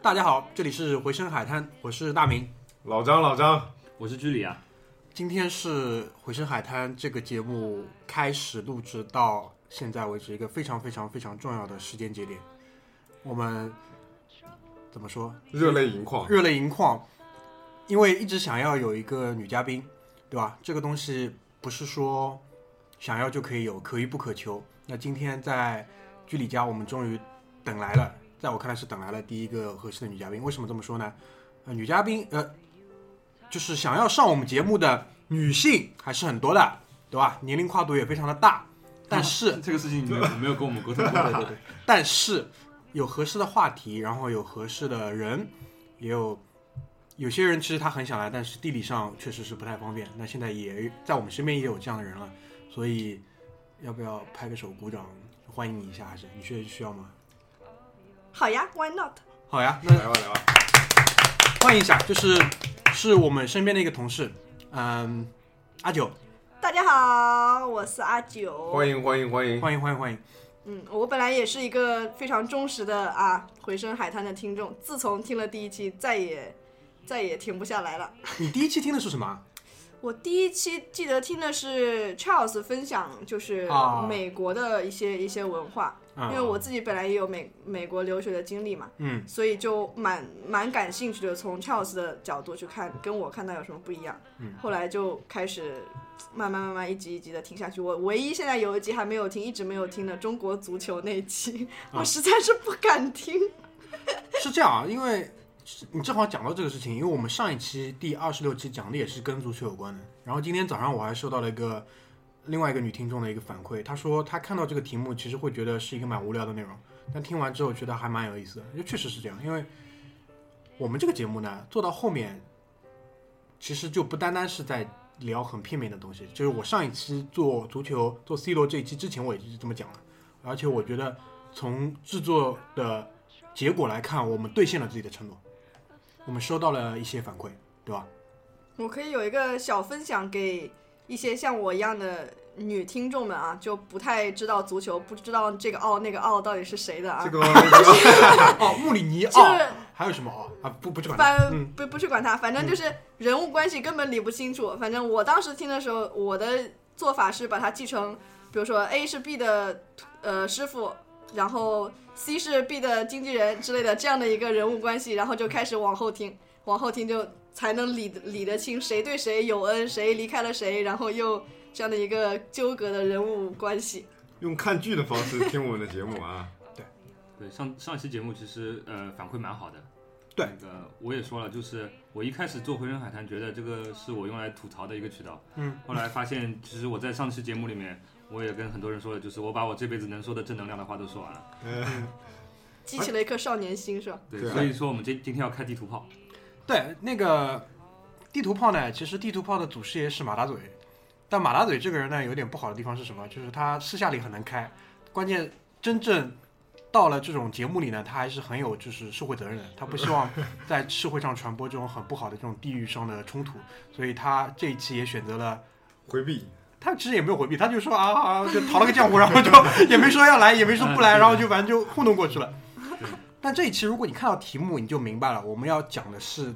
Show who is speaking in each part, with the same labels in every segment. Speaker 1: 大家好，这里是回声海滩，我是大明。
Speaker 2: 老张，老张，
Speaker 3: 我是居里啊，
Speaker 1: 今天是回声海滩这个节目开始录制到现在为止一个非常非常非常重要的时间节点，我们怎么说？
Speaker 2: 热泪盈眶。
Speaker 1: 热泪盈眶，因为一直想要有一个女嘉宾，对吧？这个东西不是说想要就可以有，可遇不可求。那今天在居里家，我们终于等来了，在我看来是等来了第一个合适的女嘉宾。为什么这么说呢？呃，女嘉宾，呃，就是想要上我们节目的女性还是很多的，对吧？年龄跨度也非常的大，但是
Speaker 3: 这个事情你没 有没有跟我们沟通过，
Speaker 1: 对对对，但是有合适的话题，然后有合适的人，也有有些人其实他很想来，但是地理上确实是不太方便。那现在也在我们身边也有这样的人了，所以要不要拍个手鼓掌欢迎你一下？还是你确实需要吗？
Speaker 4: 好呀，Why not？
Speaker 1: 好呀，那
Speaker 2: 来吧，来吧。
Speaker 1: 欢迎一下，就是是我们身边的一个同事，嗯，阿九，
Speaker 4: 大家好，我是阿九。
Speaker 2: 欢迎，欢迎，欢迎。
Speaker 1: 欢迎欢迎欢迎。
Speaker 4: 嗯，我本来也是一个非常忠实的啊回声海滩的听众，自从听了第一期，再也再也停不下来了。
Speaker 1: 你第一期听的是什么啊？
Speaker 4: 我第一期记得听的是 Charles 分享，就是
Speaker 1: 啊
Speaker 4: 美国的一些、一些文化，
Speaker 1: 嗯
Speaker 4: 因为我自己本来也有美美国留学的经历嘛，
Speaker 1: 嗯，
Speaker 4: 所以就蛮蛮感兴趣的，从 Charles 的角度去看，跟我看到有什么不一样。
Speaker 1: 嗯
Speaker 4: 后来就开始慢慢慢慢一集一集的听下去。我唯一现在有一集还没有听，一直没有听的中国足球那 一集，
Speaker 1: 啊
Speaker 4: 我实在是不敢听。
Speaker 1: 是这样啊，因为是你正好讲到这个事情，因为我们上一期第二十六期讲的也是跟足球有关的。然后今天早上我还收到了一个另外一个女听众的一个反馈，她说她看到这个题目其实会觉得是一个蛮无聊的内容，但听完之后觉得还蛮有意思的，因为确实是这样。因为我们这个节目呢，做到后面其实就不单单是在聊很片面的东西，就是我上一期做足球做 C 罗这一期之前我也是这么讲了，而且我觉得从制作的结果来看，我们兑现了自己的承诺，我们收到了一些反馈，对 吧？
Speaker 4: 我可以有一个小分享给一些像我一样的女听众们啊，就不太知道足球，不知道这个奥那个奥到底是谁的啊。
Speaker 2: 这个，那个
Speaker 1: 哦，穆里尼
Speaker 4: 就
Speaker 1: 奥，
Speaker 4: 是
Speaker 1: 还有什么奥啊？不不去管它，
Speaker 4: 反
Speaker 1: 嗯，
Speaker 4: 不不去管他，反正就是人物关系根本理不清楚。反正我当时听的时候，我的做法是把它记成，比如说 A 是 B 的呃师傅，然后 C 是 B 的经纪人之类的这样的一个人物关系，然后就开始往后听，往后听就才能理理得清谁对谁有恩，谁离开了谁，然后又这样的一个纠葛的人物关系。
Speaker 2: 用看剧的方式听我们的节目啊，
Speaker 3: 对上上期节目其实呃反馈蛮好的，
Speaker 1: 对
Speaker 3: 那个我也说了，就是我一开始做回声海滩，觉得这个是我用来吐槽的一个渠道，
Speaker 1: 嗯，
Speaker 3: 后来发现其实我在上期节目里面，我也跟很多人说了，就是我把我这辈子能说的正能量的话都说完了，
Speaker 2: 呃
Speaker 4: 激起了一颗少年心，是吧？
Speaker 3: 对，
Speaker 2: 对啊
Speaker 3: 所以说我们今今天要开地图炮，
Speaker 1: 对，那个地图炮呢，其实地图炮的祖师爷是马大嘴，但马大嘴这个人呢，有点不好的地方是什么？就是他私下里很能开，关键真正到了这种节目里呢，他还是很有就是社会责任的，他不希望在社会上传播这种很不好的这种地域上的冲突，所以他这一期也选择了。
Speaker 2: 回避。
Speaker 1: 他其实也没有回避，他就说啊 啊，啊就讨了个浆糊，然后就也没说要来，也没说不来，
Speaker 3: 嗯
Speaker 1: 然后就反正就糊弄过去了
Speaker 3: 对。
Speaker 1: 但这一期如果你看到题目，你就明白了，我们要讲的是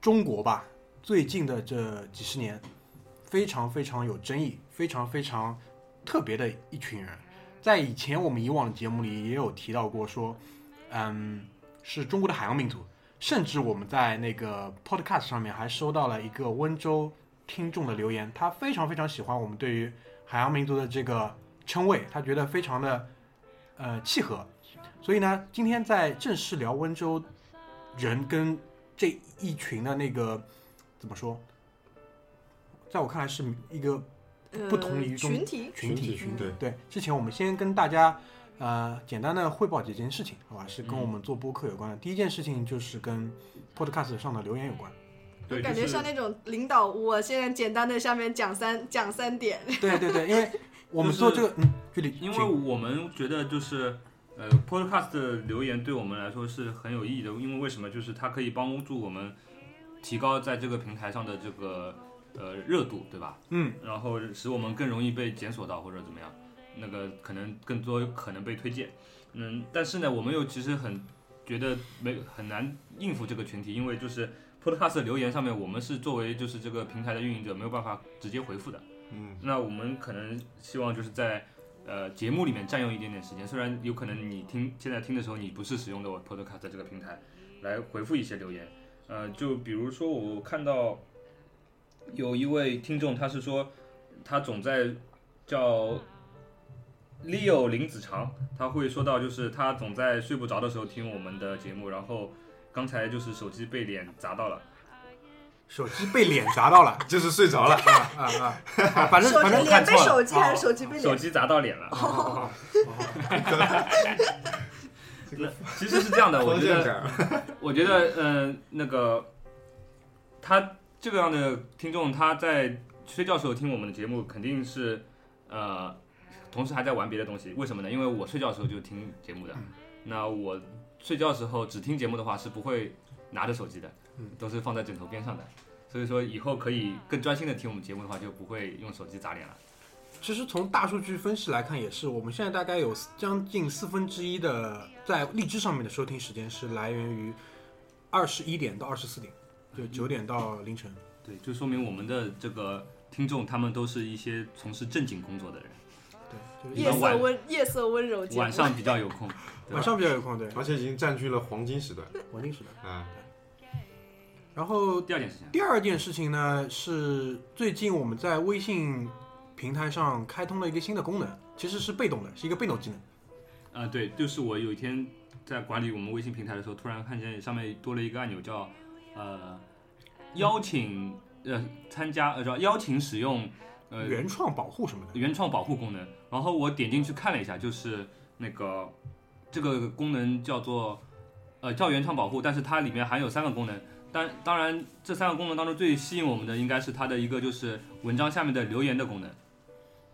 Speaker 1: 中国吧，最近的这几十年非常非常有争议、非常非常特别的一群人。在以前我们以往的节目里也有提到过，说，嗯，是中国的海洋民族，甚至我们在那个 Podcast 上面还收到了一个温州听众的留言，他非常非常喜欢我们对于海洋民族的这个称谓，他觉得非常的呃契合。所以呢，今天在正式聊温州人跟这一群的那个怎么说，在我看来是一个
Speaker 4: 呃，
Speaker 1: 不同于中
Speaker 4: 群体，
Speaker 1: 群体
Speaker 2: 群体
Speaker 1: 体。对，之前我们先跟大家呃简单的汇报几件事情，好吧？是跟
Speaker 3: 嗯
Speaker 1: 我们做播客有关的。第一件事情就是跟 Podcast 上的留言有关。
Speaker 3: 对，
Speaker 4: 感觉
Speaker 3: 就是
Speaker 4: 像那种领导，我现在简单的下面讲三讲三点，
Speaker 1: 对对对，因为我们做这个，嗯，距离
Speaker 3: 因为
Speaker 1: 请
Speaker 3: 我们觉得就是呃，podcast 的留言对我们来说是很有意义的，因为为什么？就是它可以帮助我们提高在这个平台上的这个呃热度，对吧？
Speaker 1: 嗯，
Speaker 3: 然后使我们更容易被检索到或者怎么样，那个可能更多可能被推荐。嗯，但是呢，我们又其实很觉得没很难应付这个群体，因为就是 podcast 的留言上面，我们是作为就是这个平台的运营者没有办法直接回复的。
Speaker 2: 嗯，
Speaker 3: 那我们可能希望就是在呃节目里面占用一点点时间，虽然有可能你听现在听的时候你不是使用的我 Podcast 这个平台来回复一些留言，呃，就比如说我看到有一位听众他是说他总在叫 Leo 林子长，他会说到就是他总在睡不着的时候听我们的节目，然后刚才就是手机被脸砸到了，
Speaker 1: 手机被脸砸 到了
Speaker 2: 就是睡着了。
Speaker 1: 啊啊！啊反正
Speaker 5: 手
Speaker 1: 反
Speaker 5: 机
Speaker 1: 正
Speaker 5: 脸被
Speaker 3: 看错了哦
Speaker 5: 手机还是手机被
Speaker 3: 手
Speaker 5: 脸？
Speaker 3: 机砸到脸了。
Speaker 1: 哦
Speaker 3: 其实是这样的，我
Speaker 2: 关
Speaker 3: 觉
Speaker 2: 键
Speaker 3: 得
Speaker 2: 点儿，
Speaker 3: 我觉得，嗯、那个他这个样的听众，他在睡觉时候听我们的节目，肯定是呃，同时还在玩别的东西。为什么呢？因为我睡觉的时候就听节目的，那我睡觉的时候只听节目的话，是不会拿着手机的
Speaker 1: 嗯，
Speaker 3: 都是放在枕头边上的。所以说以后可以更专心的听我们节目的话，就不会用手机砸脸了。
Speaker 1: 其实从大数据分析来看，也是我们现在大概有将近四分之一的在荔枝上面的收听时间是来源于二十一点到二十四点，就九点到凌晨。
Speaker 3: 对，就说明我们的这个听众，他们都是一些从事正经工作的人，
Speaker 1: 对，就是一
Speaker 4: 夜
Speaker 1: 般
Speaker 3: 晚
Speaker 4: 色温夜色温柔间，
Speaker 3: 晚上比较有空。对吧
Speaker 1: 晚上比较有空，对，
Speaker 2: 而且已经占据了黄金时段。
Speaker 1: 晚定时的。
Speaker 2: 啊，
Speaker 1: 然后
Speaker 3: 第二件事情，
Speaker 1: 第二件事情呢，是最近我们在微信平台上开通了一个新的功能，其实是被动的，是一个被动技能。
Speaker 3: 啊、对，就是我有一天在管理我们微信平台的时候，突然看见上面多了一个按钮叫，呃，邀请呃参加呃叫邀请使用呃
Speaker 1: 原创保护什么的，
Speaker 3: 原创保护功能。然后我点进去看了一下，就是那个这个功能叫做呃叫原创保护，但是它里面含有三个功能。但当然，这三个功能当中最吸引我们的应该是它的一个就是文章下面的留言的功能。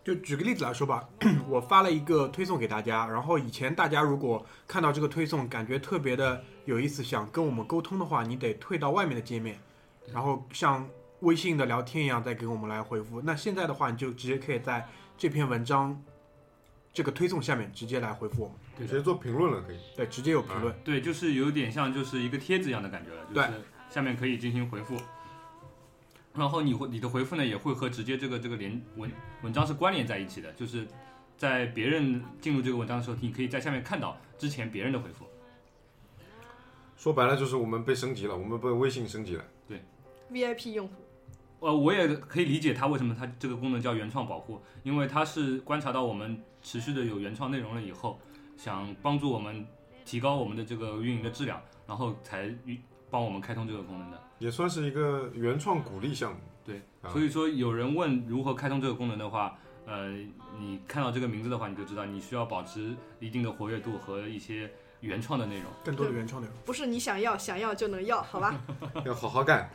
Speaker 1: 就举个例子来说吧， 我发了一个推送给大家，然后以前大家如果看到这个推送感觉特别的有意思，想跟我们沟通的话，你得退到外面的界面，然后像微信的聊天一样再给我们来回复。那现在的话，你就直接可以在这篇文章这个推送下面直接来回复我们，
Speaker 3: 对
Speaker 2: 直接做评论了，可以。
Speaker 1: 对，直接有评论。
Speaker 3: 对，就是有点像就是一个贴子一样的感觉了，就
Speaker 1: 对
Speaker 3: 是下面可以进行回复，然后你会你的回复呢也会和直接这个这个连文文章是关联在一起的，就是在别人进入这个文章的时候，你可以在下面看到之前别人的回复。
Speaker 2: 说白了就是我们被升级了，我们被微信升级了。
Speaker 4: VIP 用户，
Speaker 3: 呃，我也可以理解它为什么它这个功能叫原创保护，因为它是观察到我们持续的有原创内容了以后，想帮助我们提高我们的这个运营的质量，然后才与帮我们开通这个功能的。
Speaker 2: 也算是一个原创鼓励项目。
Speaker 3: 对
Speaker 2: 啊，
Speaker 3: 所以说有人问如何开通这个功能的话，呃，你看到这个名字的话，你就知道你需要保持一定的活跃度和一些原创的内容。
Speaker 1: 更多的原创内容。
Speaker 4: 不是你想要想要就能要，好吧？
Speaker 2: 要好好干。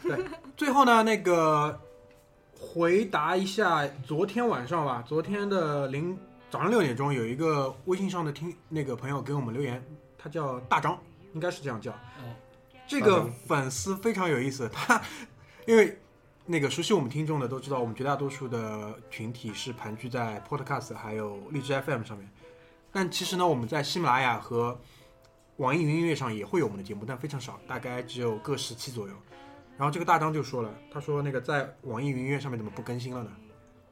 Speaker 1: 最后呢，那个回答一下昨天晚上吧，昨天的零早上六点钟有一个微信上的听那个朋友给我们留言，他叫大张，应该是这样叫。这
Speaker 2: 哦大
Speaker 1: 个
Speaker 2: 张
Speaker 1: 粉丝非常有意思，他 因为那个熟悉我们听众的都知道，我们绝大多数的群体是盘踞在 Podcast 还有荔枝 FM 上面，但其实呢，我们在喜马拉雅和网易云音乐上也会有我们的节目，但非常少，大概只有个十期左右。然后这个大张就说了，他说那个在网易云音乐上面怎么不更新了呢？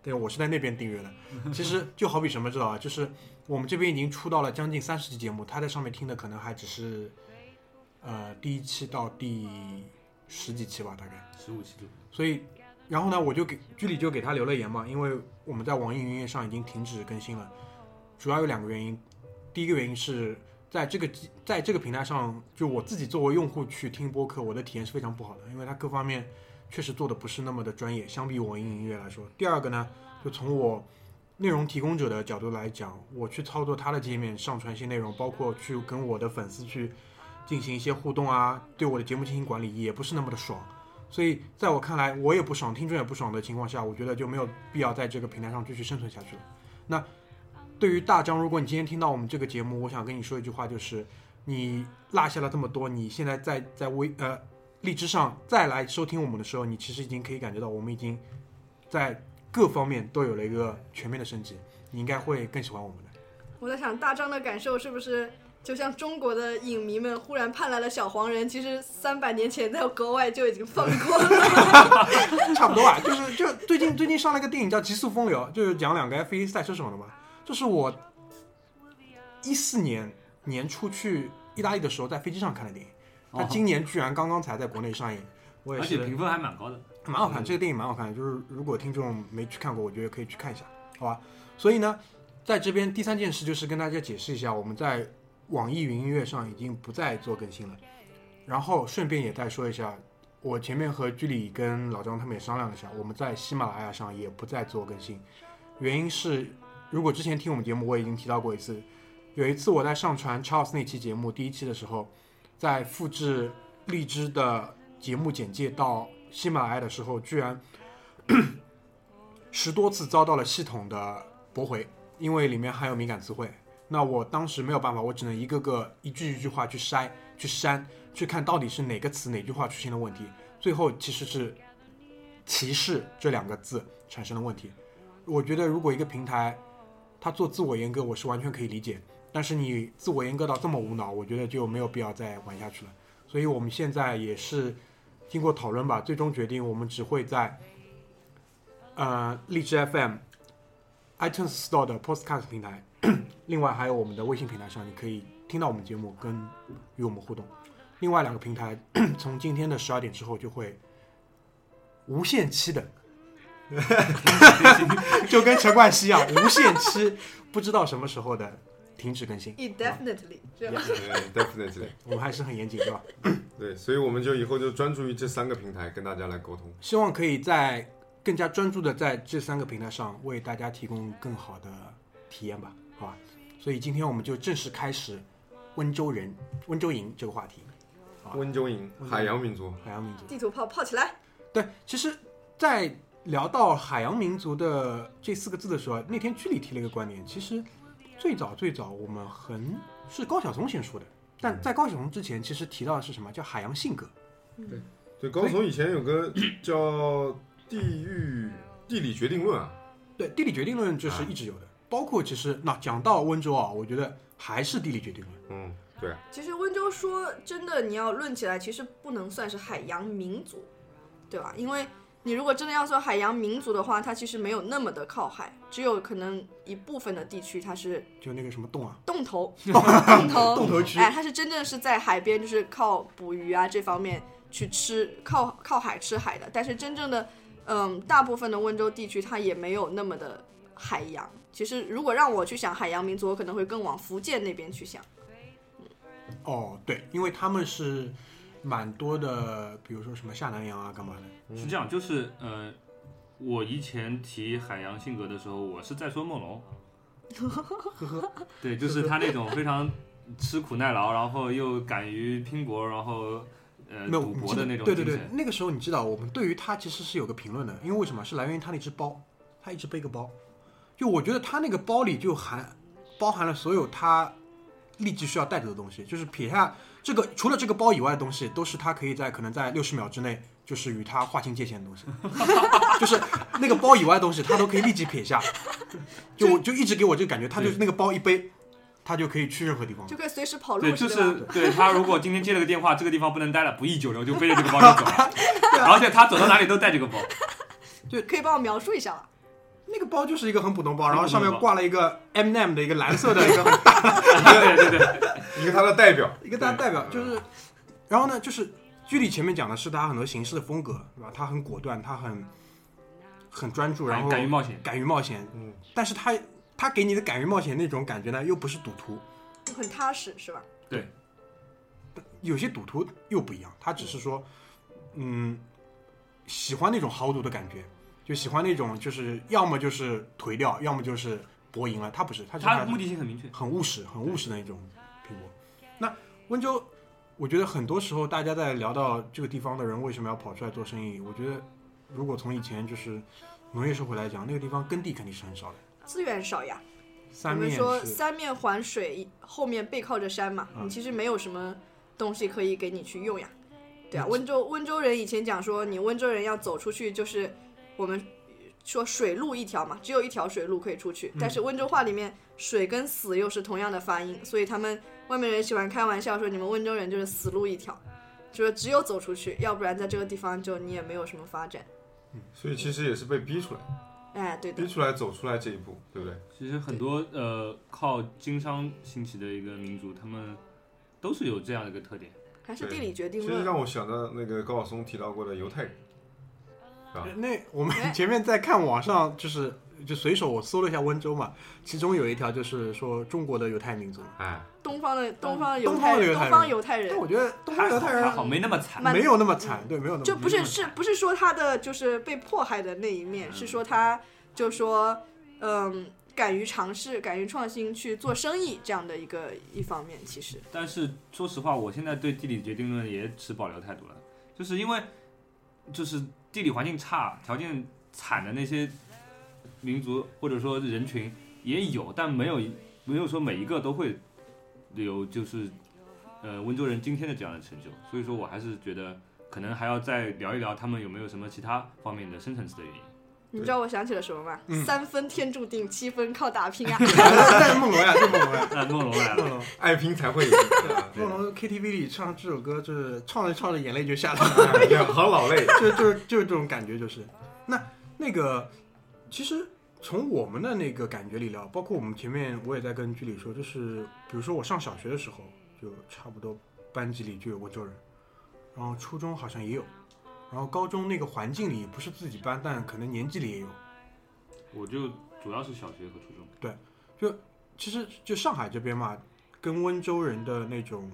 Speaker 1: 对，我是在那边订阅的。其实就好比什么知道啊，就是我们这边已经出到了将近三十期节目，他在上面听的可能还只是，呃，第一期到第十几期吧，大概。
Speaker 3: 十五期度，
Speaker 1: 所以，然后呢，我就给剧里就给他留了言嘛，因为我们在网易云音乐上已经停止更新了，主要有两个原因。第一个原因是在这个机在这个平台上，就我自己作为用户去听播客，我的体验是非常不好的，因为它各方面确实做的不是那么的专业，相比网易云音乐来说。第二个呢，就从我内容提供者的角度来讲，我去操作它的界面上传一些内容，包括去跟我的粉丝去进行一些互动啊，对我的节目进行管理，也不是那么的爽。所以在我看来，我也不爽，听众也不爽的情况下，我觉得就没有必要在这个平台上继续生存下去了。那对于大张，如果你今天听到我们这个节目，我想跟你说一句话，就是你落下了这么多，你现在在在微呃荔枝上再来收听我们的时候，你其实已经可以感觉到我们已经在各方面都有了一个全面的升级，你应该会更喜欢我们的。
Speaker 4: 我在想大张的感受是不是就像中国的影迷们忽然盼来了小黄人，其实三百年前在国外就已经放过了。
Speaker 1: 差不多啊，就是就最近最近上了一个电影叫《极速风流》，就是讲两个 F1 赛车手的嘛。这是我一四年年初去意大利的时候在飞机上看的电影，它今年居然刚刚才在国内上映，我也
Speaker 5: 哦而
Speaker 1: 是
Speaker 5: 且评分还蛮高的。
Speaker 1: 蛮好看，这个电影蛮好看的，就是如果听众没去看过，我觉得可以去看一下，好吧？所以呢，在这边第三件事就是跟大家解释一下，我们在网易云音乐上已经不再做更新了，然后顺便也再说一下，我前面和居里跟老张他们也商量了一下，我们在喜马拉雅上也不再做更新，原因是如果之前听我们节目，我已经提到过一次，有一次我在上传 Charles 那期节目第一期的时候，在复制荔枝的节目简介到喜马拉雅的时候，居然 十多次遭到了系统的驳回，因为里面含有敏感词汇。那我当时没有办法，我只能一个个一句一句话去筛、去删、去看到底是哪个词、哪句话出现了问题。最后其实是“歧视”这两个字产生了问题。我觉得如果一个平台它做自我阉割，我是完全可以理解。但是你自我阉割到这么无脑，我觉得就没有必要再玩下去了。所以我们现在也是经过讨论吧，最终决定我们只会在呃荔枝 FM、iTunes Store 的 Podcast 平台， 另外还有我们的微信平台上，你可以听到我们节目跟与我们互动。另外两个平台 从今天的十二点之后就会无限期的， 就跟陈冠希一样，无限期不知道什么时候的停止更新。
Speaker 4: Indefinitely，这样
Speaker 2: 对，definitely，呃
Speaker 1: 我们还是很严谨，对吧？
Speaker 2: 对，所以我们就以后就专注于这三个平台跟大家来沟通。
Speaker 1: 希望可以在更加专注的在这三个平台上为大家提供更好的体验吧，好吧？所以今天我们就正式开始温州人、温州营这个话题，好
Speaker 2: 温州营，海洋民族，
Speaker 1: 海洋民族。
Speaker 4: 地图炮泡起来，
Speaker 1: 对，其实，在聊到海洋民族的这四个字的时候，那天居里提了一个观点，其实最早最早我们很是高晓松先说的，但在高晓松之前，其实提到的是什么叫海洋性格？
Speaker 2: 对，高松以前有个叫《地域地理决定论》啊，
Speaker 1: 对，地理决定论就是一直有的，包括其实那讲到温州啊，我觉得还是地理决定论。
Speaker 2: 嗯，对，
Speaker 4: 其实温州说真的，你要论起来，其实不能算是海洋民族，对吧？因为你如果真的要说海洋民族的话，它其实没有那么的靠海，只有可能一部分的地区它是
Speaker 1: 就那个什么洞啊，
Speaker 4: 洞头，洞头，
Speaker 1: 洞头区
Speaker 4: 哎，它是真正是在海边，就是靠捕鱼啊这方面去吃，靠靠海吃海的。但是真正的，嗯，大部分的温州地区它也没有那么的海洋。其实如果让我去想海洋民族，我可能会更往福建那边去想。
Speaker 1: 哦，对，因为他们是蛮多的，比如说什么下南洋啊，干嘛的？
Speaker 3: 是这样，就是呃，我以前提海洋性格的时候，我是在说梦 龙，对，就是他那种非常吃苦耐劳，然后又敢于拼搏，然后呃
Speaker 1: 没有
Speaker 3: 赌博的那种
Speaker 1: 对对
Speaker 3: 精
Speaker 1: 对
Speaker 3: 神，，
Speaker 1: 那个时候你知道，我们对于他其实是有个评论的，因为为什么？是来源于他那只包，他一直背个包，就我觉得他那个包里就含包含了所有他立即需要带走的东西，就是撇下这个除了这个包以外的东西，都是他可以在可能在六十秒之内。就是与他划清界限的东西， 就是那个包以外的东西，他都可以立即撇下。就我就一直给我这个感觉，他就是那个包一背，他就可以去任何地方了
Speaker 4: 就。可以随时跑
Speaker 3: 对，
Speaker 4: 路，
Speaker 3: 就
Speaker 4: 吧？
Speaker 3: 是对他如果今天接了个电话，这个地方不能待了，不宜久留，就背着这个包就 走了，而且他走到哪里都带这个包，
Speaker 4: 可以帮我描述一下吗？
Speaker 1: 那个包就是一个很普通包，然后
Speaker 3: 很普
Speaker 1: 上
Speaker 3: 通
Speaker 1: 面
Speaker 3: 包
Speaker 1: 挂了一个 M M 的一个蓝色的一个 很
Speaker 3: 对对对，
Speaker 2: 一个他的代表，
Speaker 1: 一个大代表就是，然后呢，就是剧里前面讲的是他很多行事的风格，对吧？他很果断，他很很专注，然后
Speaker 3: 敢于冒险，
Speaker 1: 敢于冒险。
Speaker 2: 嗯，
Speaker 1: 但是他他给你的敢于冒险那种感觉呢，又不是赌徒，
Speaker 4: 就很踏实，是吧？
Speaker 1: 有些赌徒又不一样，他只是说，嗯，喜欢那种豪赌的感觉，就喜欢那种就是要么就是颓掉，要么就是博赢了。他不是，他是
Speaker 3: 他目的性很明确，
Speaker 1: 很务实、很务实的一种拼搏。那温州，我觉得很多时候大家在聊到这个地方的人为什么要跑出来做生意，我觉得如果从以前就是农业社会来讲，那个地方耕地肯定是很少的，
Speaker 4: 资源少呀，我
Speaker 1: 三
Speaker 4: 们
Speaker 1: 面
Speaker 4: 说
Speaker 1: 是
Speaker 4: 三面环水，后面背靠着山嘛，
Speaker 1: 嗯
Speaker 4: 你其实没有什么东西可以给你去用呀。对
Speaker 1: 嗯
Speaker 4: 啊，温州温州人以前讲说，你温州人要走出去，就是我们说水路一条嘛，只
Speaker 1: 嗯
Speaker 4: 有一条水路可以出去。但是温州话里面“水”跟“死”又是同样的发音，所以他们外面人喜欢开玩笑说你们温州人就是死路一条，就说只有走出去，要不然在这个地方就你也没有什么发展。
Speaker 2: 所以其实也是被逼出来，
Speaker 4: 哎，对的
Speaker 2: 逼，出来走出来这一步，对不对？
Speaker 3: 其实很多呃靠经商兴起的一个民族，他们都是有这样的一个特点。
Speaker 4: 还是地理决
Speaker 2: 其
Speaker 4: 定
Speaker 2: 实
Speaker 4: 论。
Speaker 2: 让我想到那个高晓松提到过的犹太人，啊
Speaker 1: 那我们
Speaker 4: 哎
Speaker 1: 前面在看网上，就是就随手我搜了一下温州嘛，其中有一条就是说中国的犹太民族，
Speaker 2: 哎，
Speaker 4: 东方的东方的
Speaker 1: 嗯东
Speaker 4: 犹太
Speaker 1: 方的犹太人
Speaker 4: 东方犹太人
Speaker 1: 但，我觉得东方
Speaker 3: 还
Speaker 1: 犹
Speaker 3: 好
Speaker 1: 太
Speaker 3: 还
Speaker 1: 人
Speaker 3: 好没那么惨，
Speaker 4: 蛮
Speaker 1: 没有那么惨，对，没有那么
Speaker 4: 就
Speaker 1: 惨
Speaker 4: 不是是不是说他的就是被迫害的那一
Speaker 1: 嗯
Speaker 4: 面，是说他就说嗯敢于尝试、敢于创新去做生意这样的一个一方面，其实
Speaker 3: 但是说实话，我现在对地理决定论也持保留态度了，就是因为就是地理环境差、条件惨的那些民族或者说人群也有，但没有没有说每一个都会有就是呃温州人今天的这样的成就，所以说我还是觉得可能还要再聊一聊他们有没有什么其他方面的深层次的原因。
Speaker 4: 你知道我想起了什么吗？
Speaker 1: 嗯
Speaker 4: 三分天注定，七分靠打拼 啊！
Speaker 1: 但是梦龙呀，这梦龙呀，
Speaker 3: 那梦龙来了，
Speaker 1: 梦龙
Speaker 2: 爱拼才会赢，啊
Speaker 1: 梦龙 KTV 里唱这首歌，就是唱着唱着眼泪就下来了。
Speaker 2: 对两行老泪，
Speaker 1: 就就是就是这种感觉，就是那那个，其实从我们的那个感觉里聊，包括我们前面我也在跟居里说，就是比如说我上小学的时候，就差不多班级里就有温州人，然后初中好像也有，然后高中那个环境里不是自己班，但可能年级里也有。
Speaker 3: 我就主要是小学和初中，
Speaker 1: 其实就上海这边嘛，跟温州人的那种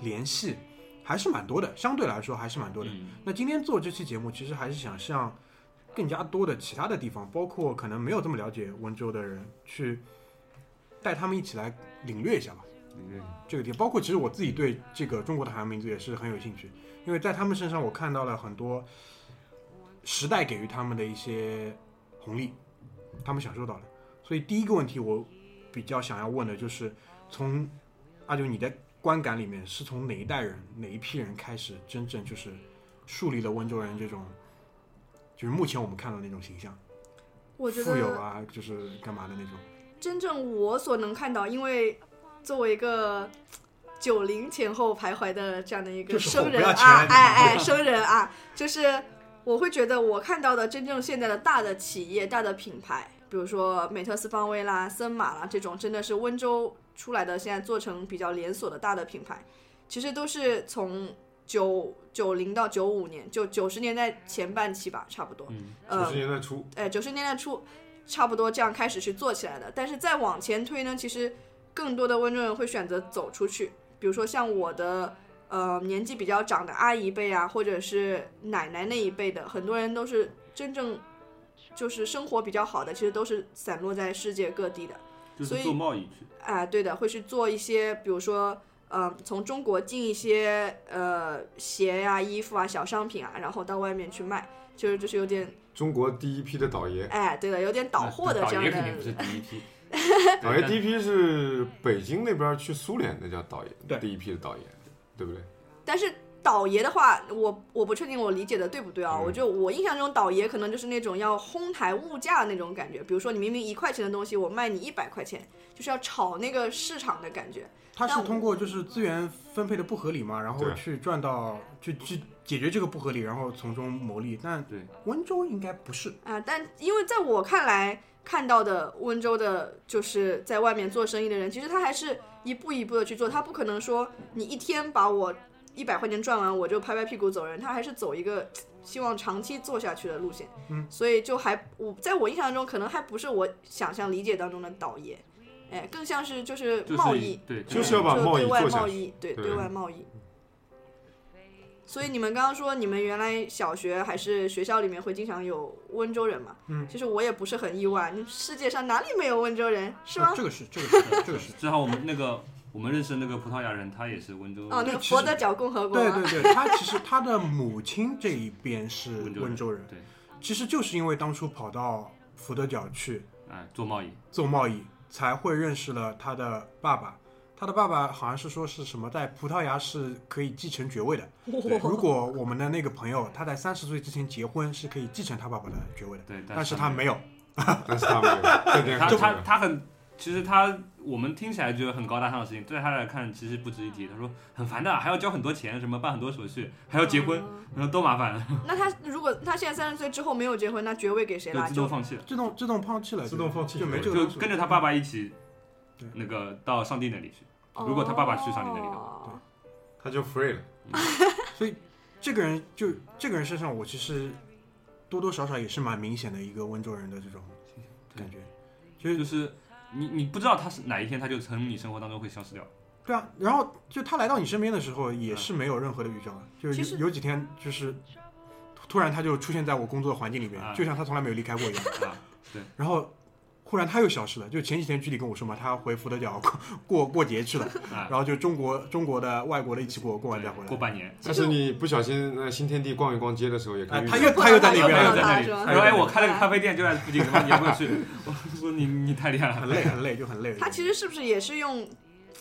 Speaker 1: 联系还是蛮多的，相对来说还是蛮多的。
Speaker 3: 嗯，
Speaker 1: 那今天做这期节目，其实还是想向更加多的其他的地方，包括可能没有这么了解温州的人，去带他们一起来领略一下吧。这个地方，包括其实我自己对这个中国的韩文民族也是很有兴趣，因为在他们身上我看到了很多时代给予他们的一些红利，他们享受到了。所以第一个问题我比较想要问的就是，从阿九你的观感里面，是从哪一代人、哪一批人开始真正就是树立了温州人这种，就是目前我们看到的那种形象，
Speaker 4: 我觉
Speaker 1: 富有
Speaker 4: 得
Speaker 1: 啊，就是干嘛的那种。
Speaker 4: 真正我所能看到，因为作为一个九零前后徘徊的这样的一个
Speaker 1: 就是
Speaker 4: 生
Speaker 1: 吼
Speaker 4: 人
Speaker 1: 不要
Speaker 4: 啊，
Speaker 1: 钱
Speaker 4: 哎哎，生人啊， 就是我会觉得我看到的真正现在的大的企业、大的品牌，比如说美特斯邦威啦、森马啦这种，真的是温州出来的，现在做成比较连锁的大的品牌，其实都是从九九零到九五年，就九十年代前半期吧，差不多。
Speaker 3: 嗯
Speaker 4: 呃
Speaker 2: 九十，年代初，
Speaker 4: 呃九十年代初，差不多这样开始去做起来的。但是再往前推呢，其实更多的温州人会选择走出去，比如说像我的呃年纪比较长的阿姨辈啊，或者是奶奶那一辈的，很多人都是真正就是生活比较好的，其实都是散落在世界各地的。
Speaker 3: 就
Speaker 4: 所以
Speaker 3: 是做贸易去，
Speaker 4: 啊，对的，会去做一些，比如说，呃，从中国进一些呃鞋呀、衣服啊、小商品啊，然后到外面去卖，就是就是有点，
Speaker 2: 中国第一批的倒爷，
Speaker 4: 哎，对的，有点倒货的
Speaker 3: 导
Speaker 4: 这样
Speaker 3: 爷肯定不
Speaker 4: 的
Speaker 3: 是第一 批，
Speaker 4: 哎
Speaker 2: 倒爷第一批是北京那边去苏联那叫倒爷，
Speaker 1: 对
Speaker 2: 第一批的倒爷，对不对？
Speaker 4: 但是倒爷的话，我我不确定我理解的对不对啊？
Speaker 2: 嗯
Speaker 4: 我就我印象中倒爷可能就是那种要哄抬物价的那种感觉，比如说你明明一块钱的东西，我卖你一百块钱，就是要炒那个市场的感觉。
Speaker 1: 他
Speaker 4: 但
Speaker 1: 是
Speaker 4: 我
Speaker 1: 通过就是资源分配的不合理嘛，然后
Speaker 2: 对
Speaker 1: 去赚到去去解决这个不合理，然后从中牟利。但
Speaker 3: 对。
Speaker 1: 温州应该不是，
Speaker 4: 啊，但因为在我看来，看到的温州的，就是在外面做生意的人，其实他还是一步一步的去做，他不可能说你一天把我一百块钱赚完，我就拍拍屁股走人，他还是走一个希望长期做下去的路线。
Speaker 1: 嗯，
Speaker 4: 所以就还我在我印象中，可能还不是我想象理解当中的倒爷，哎，更像是就是
Speaker 3: 就是
Speaker 4: 贸易，
Speaker 3: 对，
Speaker 2: 就是要把
Speaker 4: 就
Speaker 2: 贸易
Speaker 4: 对外
Speaker 2: 做下
Speaker 4: 贸
Speaker 2: 去
Speaker 4: 易，对
Speaker 2: 对
Speaker 4: 对外贸易。所以你们刚刚说你们原来小学还是学校里面会经常有温州人嘛？
Speaker 1: 嗯，
Speaker 4: 其实我也不是很意外，你世界上哪里没有温州人是
Speaker 1: 呃
Speaker 4: 吗？
Speaker 1: 这个是这个是这个 是。
Speaker 3: 正好我们那个我们认识那个葡萄牙人，他也是温州
Speaker 4: 哦，那
Speaker 1: 对
Speaker 4: 个
Speaker 1: 其
Speaker 4: 佛
Speaker 1: 实
Speaker 4: 得角共和国
Speaker 1: 对
Speaker 4: 啊，
Speaker 1: 对对，他其实他的母亲这一边是温州人，
Speaker 3: 对，
Speaker 1: 其实就是因为当初跑到福德角去
Speaker 3: 哎，做贸易，
Speaker 1: 做贸易，才会认识了他的爸爸。他的爸爸好像是说是什么在葡萄牙是可以继承爵位的。
Speaker 4: 哦
Speaker 1: 如果我们的那个朋友他在三十岁之前结婚，是可以继承他爸爸的爵位的，
Speaker 3: 对，
Speaker 1: 但是
Speaker 3: 是
Speaker 1: 他没有。
Speaker 2: 但是他没有，这点
Speaker 3: 他
Speaker 2: 很重
Speaker 3: 他
Speaker 2: 要
Speaker 3: 他很其实他我们听起来觉得很高大上的事情，对他来看其实不值一提。他说很烦的，还要交很多钱，什么办很多手续，还要结
Speaker 4: 哦
Speaker 3: 婚，然后多麻烦，
Speaker 4: 那他如果他现在三十岁之后没有结婚，那爵位给谁
Speaker 3: 就
Speaker 4: 啦？
Speaker 3: 自动
Speaker 4: 就
Speaker 3: 放弃了，
Speaker 1: 自动自动放弃了，
Speaker 2: 自动放弃
Speaker 1: 就没这
Speaker 3: 就
Speaker 1: 个东西
Speaker 3: 跟着他爸爸一起
Speaker 1: 对，
Speaker 3: 那个到上帝那里去。
Speaker 4: 哦
Speaker 3: 如果他爸爸去上帝那里的
Speaker 1: 对
Speaker 4: 话，
Speaker 2: 他就 free 了。
Speaker 1: 所以这个人就这个人身上，我其实多多少少也是蛮明显的一个温州人的这种
Speaker 3: 对
Speaker 1: 感觉。
Speaker 3: 就是你你不知道他是哪一天他就从你生活当中会消失掉。
Speaker 1: 对啊，然后就他来到你身边的时候，也是没有任何的预兆的，就
Speaker 4: 其
Speaker 1: 是
Speaker 4: 实
Speaker 1: 有有几天就是突突然他就出现在我工作的环境里面，
Speaker 3: 啊
Speaker 1: 就像他从来没有离开过一样。
Speaker 3: 啊，
Speaker 1: 然后忽然他又消失了，就前几天居里跟我说嘛，他回福德角过过过节去了，
Speaker 3: 啊
Speaker 1: 然后就中国中国的外国的一起过，过完
Speaker 3: 对
Speaker 1: 再回来。
Speaker 3: 过半年，
Speaker 2: 但是你不小心在新天地逛一逛街的时候，也可
Speaker 4: 啊
Speaker 1: 哎
Speaker 2: 以遇
Speaker 1: 他
Speaker 2: 到
Speaker 1: 又他又在那
Speaker 3: 然后
Speaker 1: 边了，
Speaker 3: 他又在那里，
Speaker 4: 是吧
Speaker 3: 他说哎，我开了个咖啡店就在附近，他妈你要不要去？我说你你太厉害了
Speaker 1: 很，累很累就很累。
Speaker 4: 他其实是不是也是用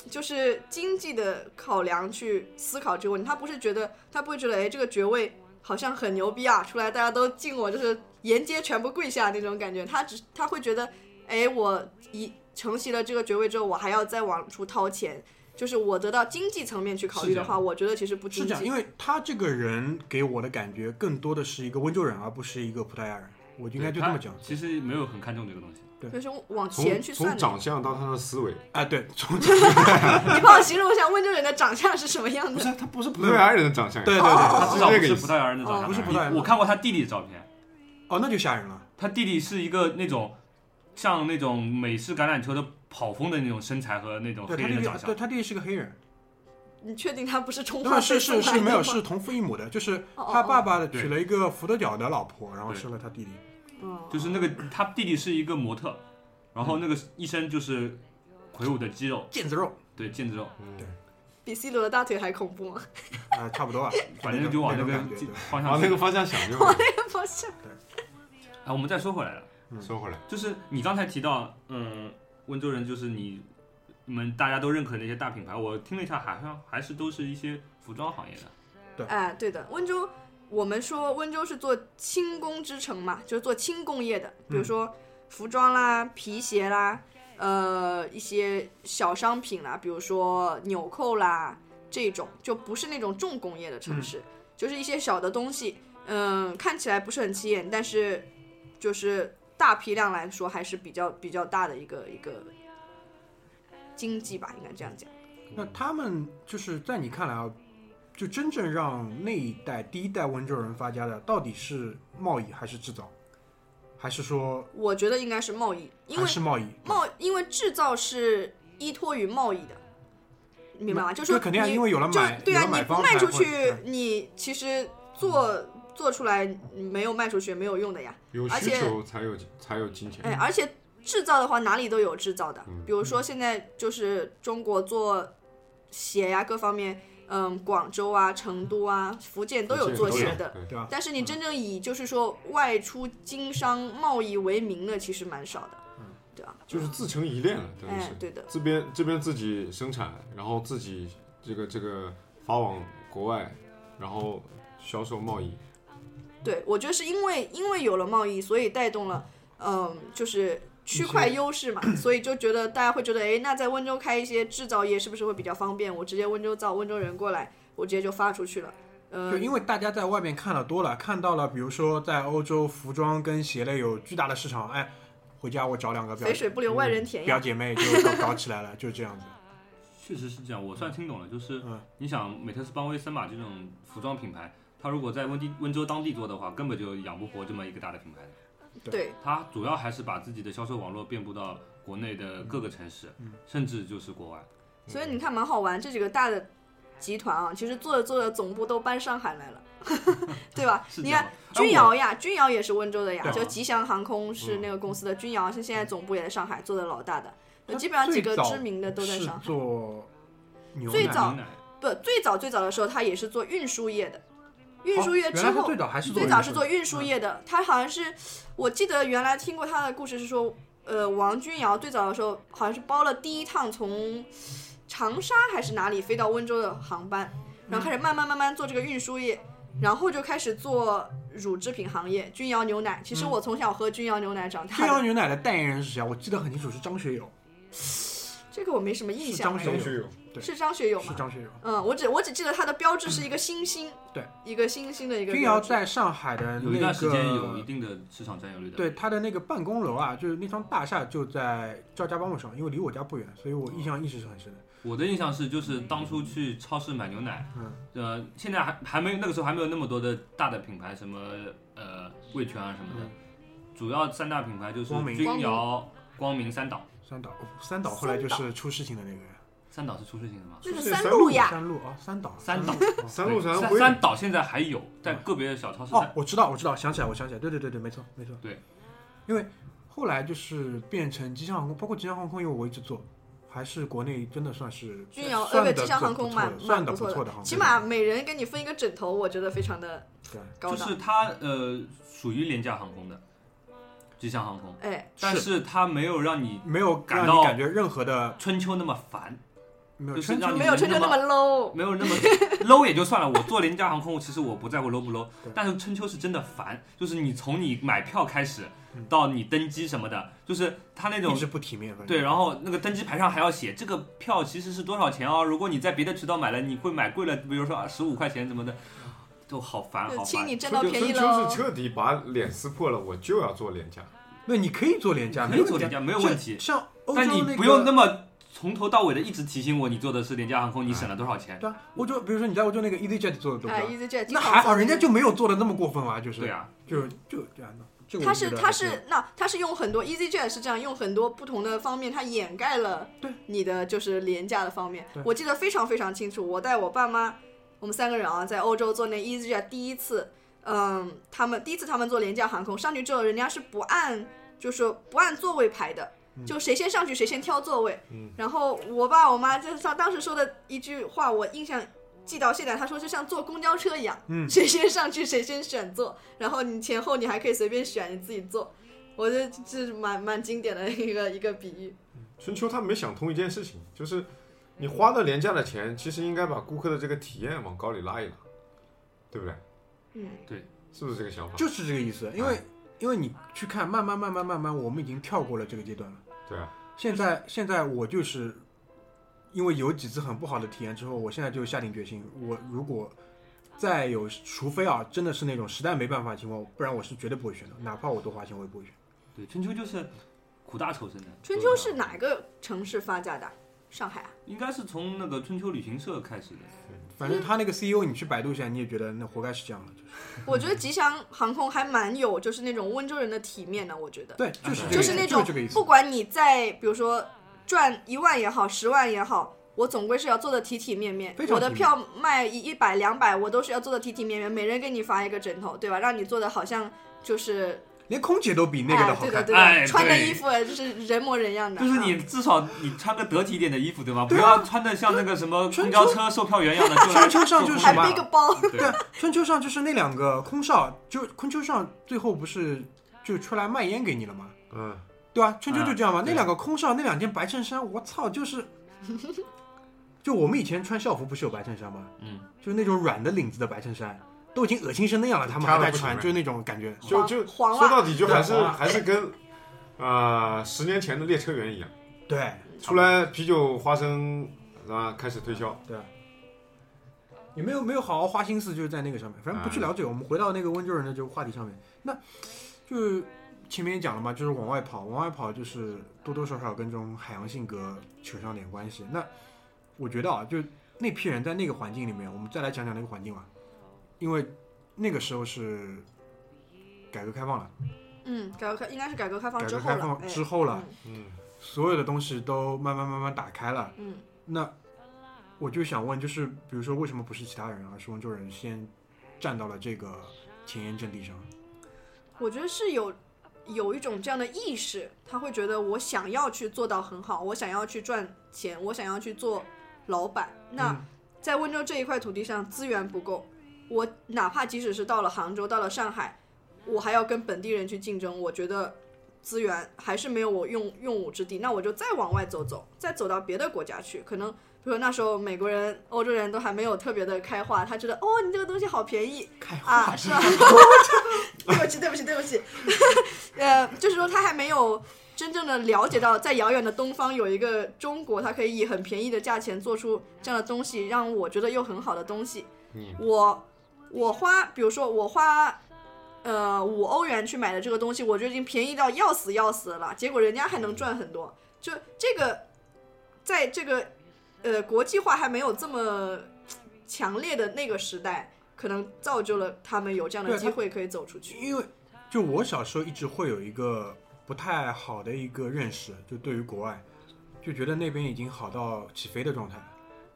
Speaker 4: 就是经济的考量去思考这个问题？他不是觉得他不会觉得哎这个爵位好像很牛逼啊，出来大家都敬我，就是沿街全部跪下那种感觉。他只他会觉得哎我一承袭了这个爵位之后，我还要再往出掏钱。就是我得到经济层面去考虑
Speaker 3: 是
Speaker 4: 的
Speaker 3: 这
Speaker 4: 话，我觉得其实不
Speaker 1: 是
Speaker 4: 经
Speaker 1: 这样，
Speaker 4: 济
Speaker 1: 因。为他这个人给我的感觉更多的是一个温州人，而不是一个葡萄牙人。我应该就这么讲
Speaker 3: 他其实没有很看重这个东西，
Speaker 4: 就是往前
Speaker 2: 从
Speaker 4: 去
Speaker 2: 从
Speaker 4: 算的，
Speaker 2: 长相到他的思维，
Speaker 3: 哎
Speaker 1: 啊， 对，从
Speaker 4: 你帮我形容一下温州人的长相是什么样
Speaker 1: 不
Speaker 4: 的？
Speaker 1: 是他不是葡
Speaker 2: 葡
Speaker 1: 萄
Speaker 2: 萄
Speaker 1: 牙，
Speaker 2: 牙人的长相，
Speaker 1: 对
Speaker 4: 哦
Speaker 1: 对
Speaker 3: 他
Speaker 1: 对，
Speaker 3: 至少不
Speaker 2: 这个
Speaker 3: 是
Speaker 2: 意思
Speaker 3: 葡萄牙人的长相，
Speaker 1: 哦不是葡萄牙人
Speaker 3: 我看过他弟弟的照片，
Speaker 1: 哦，那就吓人了。
Speaker 3: 他弟弟是一个那种像那种美式橄榄球的跑锋的那种身材和那种
Speaker 1: 对
Speaker 3: 哦黑
Speaker 1: 他弟
Speaker 3: 人的
Speaker 1: 弟
Speaker 3: 长，相
Speaker 1: 对，他弟弟是个黑人，
Speaker 4: 你确定他不是充
Speaker 1: 对
Speaker 4: 话
Speaker 1: 吧？是是是没有，是
Speaker 4: 哦
Speaker 1: 同父异母的，就是
Speaker 4: 哦哦
Speaker 1: 他爸爸
Speaker 3: 对
Speaker 1: 娶了一个福德角的老婆，然后
Speaker 3: 对
Speaker 1: 生了他弟弟。
Speaker 4: 哦
Speaker 3: 就是那个他弟弟是一个模特，然后那个一身就是魁梧的肌肉，
Speaker 1: 腱子 肉
Speaker 3: 对腱子肉，
Speaker 2: 嗯
Speaker 4: 比 C 罗的大腿还恐怖吗？
Speaker 1: 啊、差不多吧，
Speaker 3: 反正就往
Speaker 1: 那
Speaker 3: 那
Speaker 1: 种
Speaker 3: 个
Speaker 1: 感觉对
Speaker 3: 方向
Speaker 2: 往
Speaker 3: 去
Speaker 2: 那个方向想就好
Speaker 4: 我
Speaker 2: 了。
Speaker 4: 那个不是，
Speaker 3: 啊，我们再说回来了，
Speaker 2: 说回来，
Speaker 3: 就是你刚才提到，嗯，温州人就是你你们大家都认可的那些大品牌，我听了一下，好像还是都是一些服装行业的，
Speaker 4: 哎，对的，温州，我们说温州是做轻工之城嘛，就是做轻工业的，比如说服装啦、皮鞋啦，呃，一些小商品啦，比如说纽扣啦这种，就不是那种重工业的城市，就是一些小的东西，嗯、看起来不是很起眼，但是就是大批量来说还是比较比较大的一个一个经济吧，应该这样讲。
Speaker 1: 那他们就是在你看来啊，就真正让那一代第一代温州人发家的，到底是贸易还是制造，还是说
Speaker 4: 我觉得应该是贸易，因
Speaker 1: 还
Speaker 4: 为
Speaker 1: 是贸易？
Speaker 4: 贸因为制造是依托于贸易的，你明白吗？就
Speaker 1: 就是
Speaker 4: 说
Speaker 1: 肯定啊，
Speaker 4: 你
Speaker 1: 因为有了
Speaker 4: 就
Speaker 1: 买，
Speaker 4: 对啊，
Speaker 1: 有了
Speaker 4: 你
Speaker 1: 买
Speaker 4: 不
Speaker 1: 方
Speaker 4: 卖
Speaker 1: 才
Speaker 4: 出
Speaker 1: 会
Speaker 4: 去，你其实做做出来没有卖出去没有用的呀。
Speaker 2: 有
Speaker 4: 而
Speaker 2: 需
Speaker 4: 且
Speaker 2: 求才有才有金钱。
Speaker 4: 哎，
Speaker 1: 嗯
Speaker 4: 而且制造的话哪里都有制造的
Speaker 2: 嗯，
Speaker 4: 比如说现在就是中国做鞋呀、各方面，嗯，广州啊、成都啊、福建都有做
Speaker 2: 都
Speaker 4: 鞋的。
Speaker 2: 对
Speaker 1: 对吧？
Speaker 4: 但是你真正以就是说外出经商贸易为名的，其实蛮少的，对吧？
Speaker 2: 就是自成一链了，等于
Speaker 4: 哎
Speaker 2: 是，
Speaker 4: 对的。
Speaker 2: 这边这边自己生产，然后自己这个这个发往国外，然后销售贸易。
Speaker 4: 对，我觉得是因为因为有了贸易，所以带动了，嗯，就是区块优势嘛，所以就觉得大家会觉得，哎，那在温州开一些制造业是不是会比较方便？我直接温州造，温州人过来，我直接就发出去了。嗯、
Speaker 1: 就因为大家在外面看的多了，看到了，比如说在欧洲服装跟鞋类有巨大的市场，哎，回家我找两个表
Speaker 4: 肥水不流外人田
Speaker 1: 表
Speaker 4: 呀。
Speaker 1: 姐妹就搞搞起来了，就这样子。
Speaker 3: 确实是这样，我算听懂了，就是
Speaker 1: 嗯
Speaker 3: 你想美特斯邦威、森马这种服装品牌，它如果在温地温州当地做的话，根本就养不活这么一个大的品牌。
Speaker 4: 对，
Speaker 3: 它主要还是把自己的销售网络遍布到国内
Speaker 1: 嗯
Speaker 3: 的各个城市，甚至就是国外。
Speaker 4: 所以你看蛮好玩，这几个大的集团啊，其实做着做着总部都搬上海来了， 对吧？
Speaker 3: 是这
Speaker 4: 你
Speaker 3: 样
Speaker 4: 看
Speaker 3: 的。哎
Speaker 4: 君
Speaker 3: 我
Speaker 4: 瑶呀，君瑶也是温州的呀，
Speaker 3: 对啊
Speaker 4: 就吉祥航空是那个公司的君瑶，是现在总部也在上海做的老大的，就基本上几个知名 的都在
Speaker 1: 是
Speaker 4: 上海。
Speaker 1: 做牛奶，
Speaker 4: 最早
Speaker 3: 牛奶
Speaker 4: 不，最早最早的时候，他也是做运输业的。运输业
Speaker 1: 哦
Speaker 4: 之
Speaker 1: 原来他
Speaker 4: 后，
Speaker 1: 最早还是做
Speaker 4: 最
Speaker 1: 运
Speaker 4: 早
Speaker 1: 输的
Speaker 4: 是
Speaker 1: 嗯
Speaker 4: 做运输业的。他好像是，我记得原来听过他的故事是说，呃，王君瑶最早的时候好像是包了第一趟从长沙还是哪里飞到温州的航班，
Speaker 1: 嗯
Speaker 4: 然后开始慢慢慢慢做这个运输业，然后就开始做乳制品行业，君瑶牛奶。其实我从小喝君瑶牛奶长
Speaker 1: 君
Speaker 4: 大
Speaker 1: 瑶
Speaker 4: 的，
Speaker 1: 牛奶的代言人是谁啊？我记得很清楚，是张学友。
Speaker 4: 这个我没什么印
Speaker 1: 是
Speaker 4: 象
Speaker 1: 张
Speaker 4: 哎。
Speaker 1: 学友
Speaker 2: 学友，
Speaker 1: 对
Speaker 4: 是张学友
Speaker 1: 是
Speaker 4: 吗？
Speaker 1: 张学友。
Speaker 4: 嗯，我只我只记得它的标志是一个星星，
Speaker 1: 嗯对，
Speaker 4: 一个星星的一个
Speaker 1: 君瑶
Speaker 4: 标志。
Speaker 1: 在上海的
Speaker 3: 有一
Speaker 1: 那
Speaker 3: 段时间有一
Speaker 1: 个，
Speaker 3: 定的市场占有率的。
Speaker 1: 对他的那个办公楼啊，就是那幢大厦就在赵家浜路上，因为离我家不远，所以我印象一直是很深的。
Speaker 3: 我的印象是，就是当初去超市买牛奶，
Speaker 1: 嗯，
Speaker 3: 呃，现在还还没有那个时候还没有那么多的大的品牌，什么呃味全啊什么的，
Speaker 1: 嗯
Speaker 3: 主要三大品牌就是
Speaker 1: 光明
Speaker 3: 君瑶、光明、三岛。
Speaker 1: 三岛，哦三岛后来就是出事情的那个人，
Speaker 3: 三岛是出事情的吗？
Speaker 4: 那
Speaker 2: 是
Speaker 4: 是三
Speaker 2: 三
Speaker 4: 鹿
Speaker 2: 鹿
Speaker 4: 呀，
Speaker 1: 三鹿哦，三岛，
Speaker 3: 三
Speaker 1: 岛
Speaker 3: 岛。
Speaker 1: 哦
Speaker 2: 三鹿
Speaker 3: 对
Speaker 2: 神
Speaker 3: 三
Speaker 2: 龟，
Speaker 3: 三岛现在还有，在个别的小超市
Speaker 1: 哦
Speaker 3: 在，
Speaker 1: 我知道，我知道，想起来，我想起来，对对对对，没错没错。
Speaker 3: 对，
Speaker 1: 因为后来就是变成机场航空，包括机场航空，因为我一直做，还是国内真的算是
Speaker 4: 君瑶呃
Speaker 1: 算
Speaker 4: 不
Speaker 1: 得
Speaker 4: 吉祥航空
Speaker 1: 不错的
Speaker 4: 蛮
Speaker 1: 算
Speaker 4: 蛮
Speaker 1: 的
Speaker 4: 不
Speaker 1: 不
Speaker 4: 错
Speaker 1: 错的航空，
Speaker 4: 起码每人给你分一个枕头，我觉得非常的
Speaker 1: 对
Speaker 4: 高
Speaker 3: 就
Speaker 4: 档。
Speaker 3: 是它呃属于廉价航空的，吉祥航空，
Speaker 4: 哎，
Speaker 3: 但是它没有让你
Speaker 1: 没有
Speaker 3: 感
Speaker 1: 让
Speaker 3: 到
Speaker 1: 你感觉任何的
Speaker 3: 春秋那么烦，
Speaker 1: 没有
Speaker 3: 就是
Speaker 1: 春
Speaker 3: 让
Speaker 1: 秋
Speaker 3: 你
Speaker 4: 没有春秋那么 low，
Speaker 3: 没有那么 low 也就算了，我做廉价航空，其实我不在乎 low 不 low，
Speaker 1: 对
Speaker 3: 但是春秋是真的烦，就是你从你买票开始到你登机什么的，就是他那
Speaker 1: 嗯一
Speaker 3: 种
Speaker 1: 直不体面，反正
Speaker 3: 对，然后那个登机牌上还要写这个票其实是多少钱哦，如果你在别的渠道买了，你会买贵了，比如说啊十五块钱什么的，都好
Speaker 1: 啊
Speaker 3: 烦
Speaker 4: 就
Speaker 3: 好
Speaker 4: 请
Speaker 3: 烦。
Speaker 4: 你占到
Speaker 2: 春秋
Speaker 4: 便宜
Speaker 2: 春
Speaker 4: 喽
Speaker 2: 秋是。彻底把脸撕破了，我就要做廉价。
Speaker 1: 那你可以做廉价，
Speaker 3: 可
Speaker 1: 没
Speaker 3: 以
Speaker 1: 有
Speaker 3: 做廉啊价没有问题
Speaker 1: 像欧洲
Speaker 3: 但你
Speaker 1: 那
Speaker 3: 不
Speaker 1: 个
Speaker 3: 用那么从头到尾的一直提醒我，你做的是廉价航空，你省了多少钱？
Speaker 1: 对啊，欧洲比如说你在欧洲那个 EasyJet 做的多
Speaker 4: 哎
Speaker 1: 不多？
Speaker 4: ，EasyJet
Speaker 1: 那
Speaker 4: 经
Speaker 1: 还好，
Speaker 4: 送
Speaker 1: 人家就没有做的那么过分吧，就是
Speaker 3: 对啊，
Speaker 1: 就就这样的。这个我
Speaker 4: 它
Speaker 1: 觉
Speaker 4: 是
Speaker 1: 得
Speaker 4: 它
Speaker 1: 还是
Speaker 4: 是那它是用很多 EasyJet 是这样用很多不同的方面，它掩盖了
Speaker 1: 对
Speaker 4: 你的就是廉价的方面
Speaker 1: 对。
Speaker 4: 我记得非常非常清楚，我带我爸妈，我们三个人啊，在欧洲坐那 EasyJet 第一次，嗯，他们第一次他们坐廉价航空上去之后，人家是不按就是不按座位排的。
Speaker 1: 嗯
Speaker 4: 就谁先上去谁先挑座位，
Speaker 2: 嗯
Speaker 4: 然后我爸我妈就是他当时说的一句话，我印象记到现在，他说就像坐公交车一样，
Speaker 1: 嗯
Speaker 4: 谁先上去谁先选座，然后你前后你还可以随便选，你自己坐。我觉得这是蛮蛮经典的一个一个比喻。
Speaker 2: 春秋他没想通一件事情，就是你花的廉价的钱，其实应该把顾客的这个体验往高里拉一拉，对不对？
Speaker 4: 嗯，
Speaker 2: 是不是这个想法？
Speaker 1: 就是这个意思，因
Speaker 3: 哎
Speaker 1: 为因为你去看，慢慢慢慢慢慢，我们已经跳过了这个阶段了。
Speaker 2: 对啊，
Speaker 1: 现在现在我就是因为有几次很不好的体验之后，我现在就下定决心，我如果再有，除非啊真的是那种实在没办法的情况，不然我是绝对不会选的，哪怕我多花钱我也不会选。
Speaker 3: 对，春秋就是苦大仇深的。
Speaker 4: 春
Speaker 1: 啊
Speaker 4: 秋是哪个城市发家的？上海啊？
Speaker 3: 应该是从那个春秋旅行社开始的。
Speaker 1: 反正他那个 CEO，你去百度一下，你也觉得那活该是这样的，就是
Speaker 4: 我觉得吉祥航空还蛮有就是那种温州人的体面的，我觉得。
Speaker 1: 对，就是这个
Speaker 4: 啊就
Speaker 1: 意
Speaker 4: 是
Speaker 1: 思
Speaker 4: 那
Speaker 1: 就
Speaker 4: 种
Speaker 1: 是这个意思
Speaker 4: 不。管你在比如说赚一万也好，十万也好，我总归是要做的体体面面
Speaker 1: 非。常
Speaker 4: 我的
Speaker 1: 体面
Speaker 4: 票卖一一百两百，我都是要做的体体面面，每人给你发一个枕头，对吧？让你做的好像就是
Speaker 1: 连空姐都比那个的好
Speaker 4: 哎、对的
Speaker 1: 看。
Speaker 4: 对的，
Speaker 3: 哎
Speaker 4: 穿的
Speaker 3: 对
Speaker 4: 衣服就是人模人样的。
Speaker 3: 就是你
Speaker 4: 啊
Speaker 3: 至少你穿个得体一点的衣服，对吧？不
Speaker 1: 对啊
Speaker 3: 要穿的像那个什么公交车售票员一样的，就来
Speaker 1: 春秋上就是
Speaker 4: 还
Speaker 1: 什么
Speaker 4: 背个包，
Speaker 3: 对
Speaker 1: 对，啊春秋上就是那两个空少，就春秋上最后不是就出来卖烟给你了吗？
Speaker 2: 嗯，
Speaker 1: 对吧？春秋就这
Speaker 4: 啊
Speaker 1: 样嘛。
Speaker 3: 嗯
Speaker 1: 那两个空少，那两件白衬衫，我操， 就是，就我们以前穿校服不是有白衬衫吗？
Speaker 3: 嗯，
Speaker 1: 就是那种软的领子的白衬衫，都已经恶心成那样了，他们还在穿，就是那种感觉。
Speaker 2: 就就
Speaker 4: 黄啊
Speaker 2: 说
Speaker 4: 黄袜。
Speaker 2: 到底就还是
Speaker 1: 对黄袜
Speaker 2: 还是跟啊十年前的列车员一样，
Speaker 1: 对，
Speaker 2: 出来啤酒花生是吧？开始推销，
Speaker 1: 啊也没有没有好好花心思，就是在那个上面。反正不去了解，我们回到那个温州人的这个话题上面。那就是前面也讲了嘛，就是往外跑，往外跑就是多多少少跟这种海洋性格扯上点关系。那我觉得啊，就那批人在那个环境里面，我们再来讲讲那个环境吧，因为那个时候是改革开放了，
Speaker 4: 嗯，改革开应该是改革开放
Speaker 1: 改
Speaker 4: 之
Speaker 1: 革
Speaker 4: 后
Speaker 1: 开
Speaker 4: 了
Speaker 1: 放，
Speaker 4: 哎
Speaker 1: 之后了，
Speaker 2: 嗯，
Speaker 1: 所有的东西都慢慢慢慢打开了。
Speaker 4: 嗯，
Speaker 1: 那我就想问，就是比如说，为什么不是其他人，而啊是温州人先站到了这个前沿阵地上？
Speaker 4: 我觉得是有有一种这样的意识，他会觉得我想要去做到很好，我想要去赚钱，我想要去做老板。那、
Speaker 1: 嗯
Speaker 4: 在温州这一块土地上资源不够，我哪怕即使是到了杭州，到了上海，我还要跟本地人去竞争，我觉得资源还是没有我用用武之地。那我就再往外走走，再走到别的国家去，可能。比如说那时候美国人、欧洲人都还没有特别的开化，他觉得哦，你这个东西好便宜，
Speaker 1: 开
Speaker 4: 啊，是吧？对不起，对不起，对不起。呃，就是说他还没有真正的了解到，在遥远的东方有一个中国，它可以以很便宜的价钱做出这样的东西，让我觉得又很好的东西。
Speaker 2: 嗯
Speaker 4: 我我花，比如说我花呃五欧元去买的这个东西，我就已经便宜到要死要死了，结果人家还能赚很多。就这个，在这个呃国际化还没有这么强烈的那个时代，可能造就了他们有这样的
Speaker 1: 对他
Speaker 4: 机会可以走出去。
Speaker 1: 因为就我小时候一直会有一个不太好的一个认识，就对于国外，就觉得那边已经好到起飞的状态了。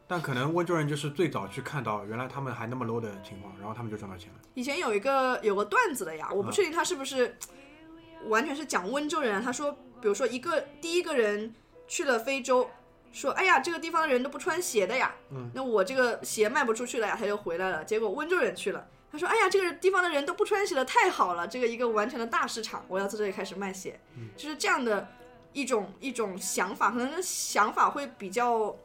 Speaker 1: 但可能温州人就是最早去看到原来他们还那么 low 的情况，然后他们就赚到钱了。
Speaker 4: 以前有一个有个段子的呀，我不确定他是不是完全是讲温州人啊。他说，比如说一个第一个人去了非洲，说哎呀这个地方的人都不穿鞋的呀，
Speaker 1: 嗯
Speaker 4: 那我这个鞋卖不出去了呀，他就回来了。结果温州人去了，他说哎呀这个地方的人都不穿鞋的太好了，这个一个完全的大市场，我要在这里开始卖鞋，就是这样的一种一种想法，可能想法会比较。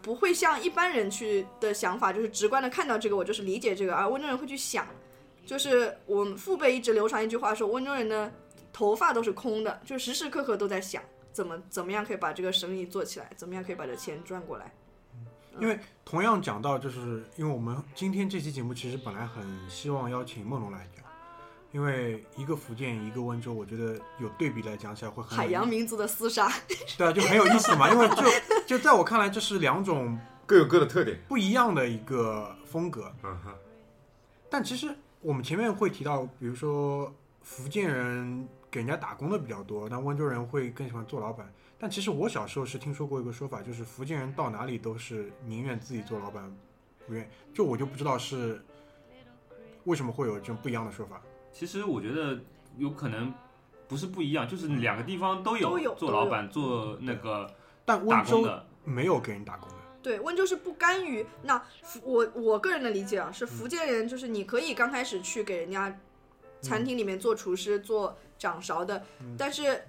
Speaker 4: 不会像一般人去的想法，就是直观的看到这个，我就是理解这个，而温州人会去想，就是我们父辈一直流传一句话说，温州人的头发都是空的，就时时刻刻都在想怎么怎么样可以把这个生意做起来，怎么样可以把这钱赚过来。
Speaker 1: 同样讲到，就是因为我们今天这期节目其实本来很希望邀请梦龙来讲，因为一个福建一个温州，我觉得有对比来讲起来会很有
Speaker 4: 海洋民族的厮杀，
Speaker 1: 对啊，就很有意思嘛。因为就就在我看来，这是两种
Speaker 2: 各有各的特点。
Speaker 1: 不一样的一个风格。
Speaker 2: 嗯哼，
Speaker 1: 但其实我们前面会提到，比如说福建人给人家打工的比较多，但温州人会更喜欢做老板。但其实我小时候是听说过一个说法，就是福建人到哪里都是宁愿自己做老板，不愿就我就不知道是为什么会有这种不一样的说法。
Speaker 3: 其实我觉得有可能不是不一样，就是两个地方都有
Speaker 4: 都有
Speaker 3: 做老板、做那个
Speaker 1: 但温
Speaker 3: 打工
Speaker 1: 州
Speaker 3: 的，
Speaker 1: 没有给人打工的，
Speaker 4: 对，温州是不甘于那福我我个人的理解啊，是福建人就是你可以刚开始去给人家餐厅里面做厨师、做掌勺的，但是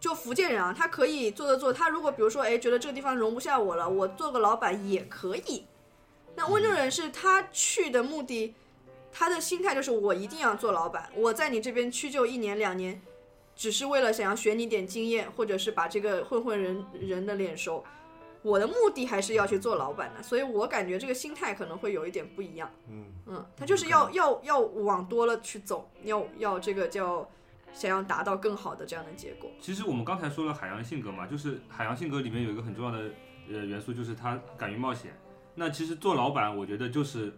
Speaker 4: 就福建人啊，他可以做做做，他如果比如说哎觉得这个地方容不下我了，我做个老板也可以。那温州人是他去的目的，他的心态就是我一定要做老板，我在你这边屈就一年两年，只是为了想要学你点经验，或者是把这个混混人人的脸熟。我的目的还是要去做老板的，所以我感觉这个心态可能会有一点不一样。
Speaker 2: 嗯，
Speaker 4: 嗯，他就是要要要往多了去走，要要这个叫想要达到更好的这样的结果。
Speaker 3: 其实我们刚才说了海洋性格嘛，就是海洋性格里面有一个很重要的呃元素，就是他敢于冒险。那其实做老板，我觉得就是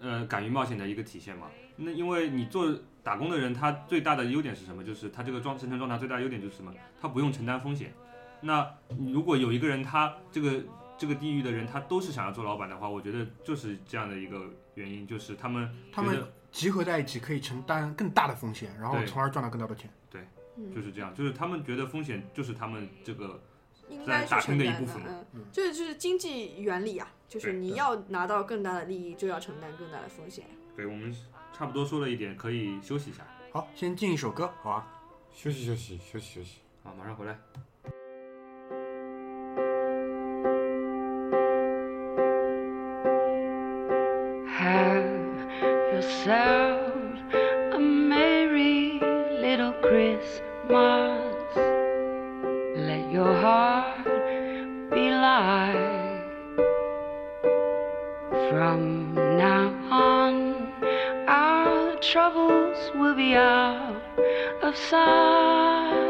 Speaker 3: 呃敢于冒险的一个体现嘛。那因为你做打工的人，他最大的优点是什么？就是他这个状生存状态最大的优点就是什么？他不用承担风险。那你如果有一个人，他这个这个地域的人，他都是想要做老板的话，我觉得就是这样的一个原因，就是他们
Speaker 1: 他
Speaker 3: 觉
Speaker 1: 们
Speaker 3: 得
Speaker 1: 集合在一起可以承担更大的风险，然后
Speaker 3: 对
Speaker 1: 从而赚到更多的钱。
Speaker 3: 就
Speaker 4: 嗯，
Speaker 3: 是这样，就是他们觉得风险就是他们这个
Speaker 4: 应该
Speaker 3: 在打
Speaker 4: 是
Speaker 3: 拼
Speaker 4: 承
Speaker 3: 的
Speaker 4: 担
Speaker 3: 一部分嘛
Speaker 4: 嗯
Speaker 1: 嗯，
Speaker 4: 这就是经济原理啊，就是
Speaker 3: 对
Speaker 4: 你
Speaker 3: 对
Speaker 4: 要拿到更大的利益，就要承担更大的风险。
Speaker 3: 对我们差不多说了一点，可以休息一下。
Speaker 1: 好，先进一首歌，好啊。
Speaker 2: 休息休息休息休息。
Speaker 3: 好，马上回来。
Speaker 5: Have yourself a merry little Christmas. Let your heart be light. From now on, our troubles will be out of sight.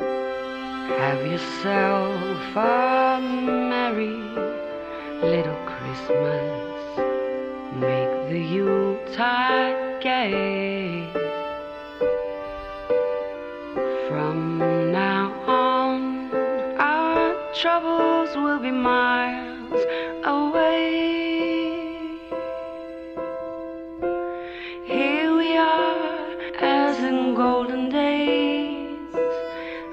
Speaker 5: Have yourself a merry little Christmas. Make the Yuletide gay. From now on, our troubles will be miles away. Here we are, as in golden days,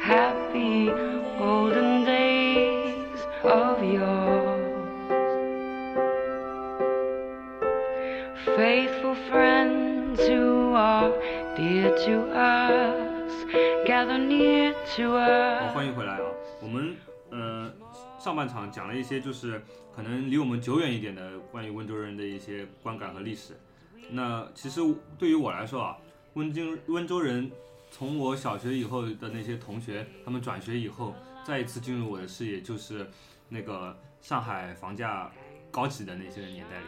Speaker 5: happy golden days of yore. Faithful friends who are dear to us, gather near to
Speaker 3: 好，
Speaker 5: us.
Speaker 3: 欢迎回来啊！我们呃上半场讲了一些就是可能离我们久远一点的关于温州人的一些观感和历史，那其实对于我来说啊，温京温州人从我小学以后的那些同学，他们转学以后，再一次进入我的视野，就是那个上海房价高起的那些年代里，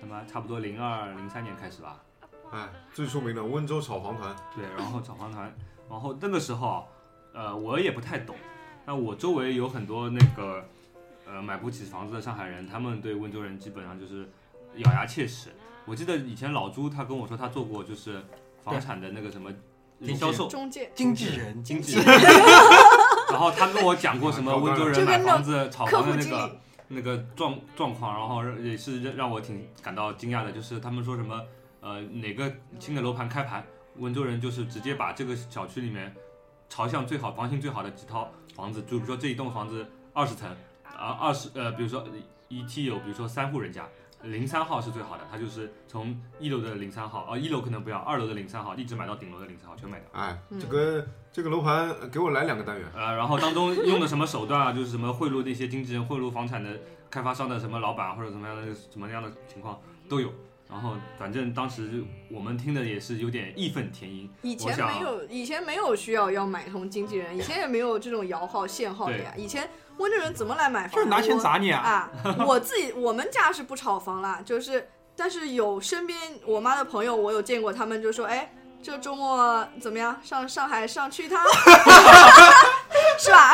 Speaker 3: 他妈差不多零二零三年开始吧，
Speaker 2: 哎，最出名的温州炒房团，
Speaker 3: 对，然后找房团，然后那个时候啊，呃，我也不太懂，那我周围有很多那个呃买不起房子的上海人，他们对温州人基本上就是咬牙切齿。我记得以前老朱他跟我说，他做过就是房产的那个什么
Speaker 1: 对
Speaker 3: 销售
Speaker 4: 中介
Speaker 1: 经纪人，
Speaker 3: 经纪人， 然后他跟我讲过什么温州人
Speaker 4: 就
Speaker 3: 买
Speaker 4: 跟那
Speaker 3: 房子炒
Speaker 4: 客
Speaker 3: 房
Speaker 4: 户
Speaker 3: 的那
Speaker 4: 经
Speaker 3: 个
Speaker 4: 理，
Speaker 3: 那个状状况，然后让也是让让我挺感到惊讶的，就是他们说什么呃哪个新的楼盘开盘，温州人就是直接把这个小区里面朝向最好房型最好的几套房子，就比如说这一栋房子二十层，啊二十呃比如说一梯有比如说三户人家。零三号是最好的，他就是从一楼的零三号，啊、一楼可能不要，二楼的零三号一直买到顶楼的零三号，全买掉。
Speaker 2: 哎，
Speaker 4: 嗯
Speaker 2: 这个这个楼盘呃给我来两个单元，
Speaker 3: 呃，然后当中用的什么手段啊，就是什么贿赂那些经纪人、贿赂房产的开发商的什么老板啊或者怎么样的什么样的情况都有。然后反正当时我们听的也是有点义愤填膺，
Speaker 4: 以前
Speaker 3: 我想
Speaker 4: 没有，以前没有需要要买通经纪人，以前也没有这种摇号限号的呀。以前温州人怎么来买房？
Speaker 1: 就是拿钱砸你啊！
Speaker 4: 啊！我自己我们家是不炒房啦，就是但是有身边我妈的朋友，我有见过，他们就说，哎，这周末怎么样？上上海上去一趟， 是吧？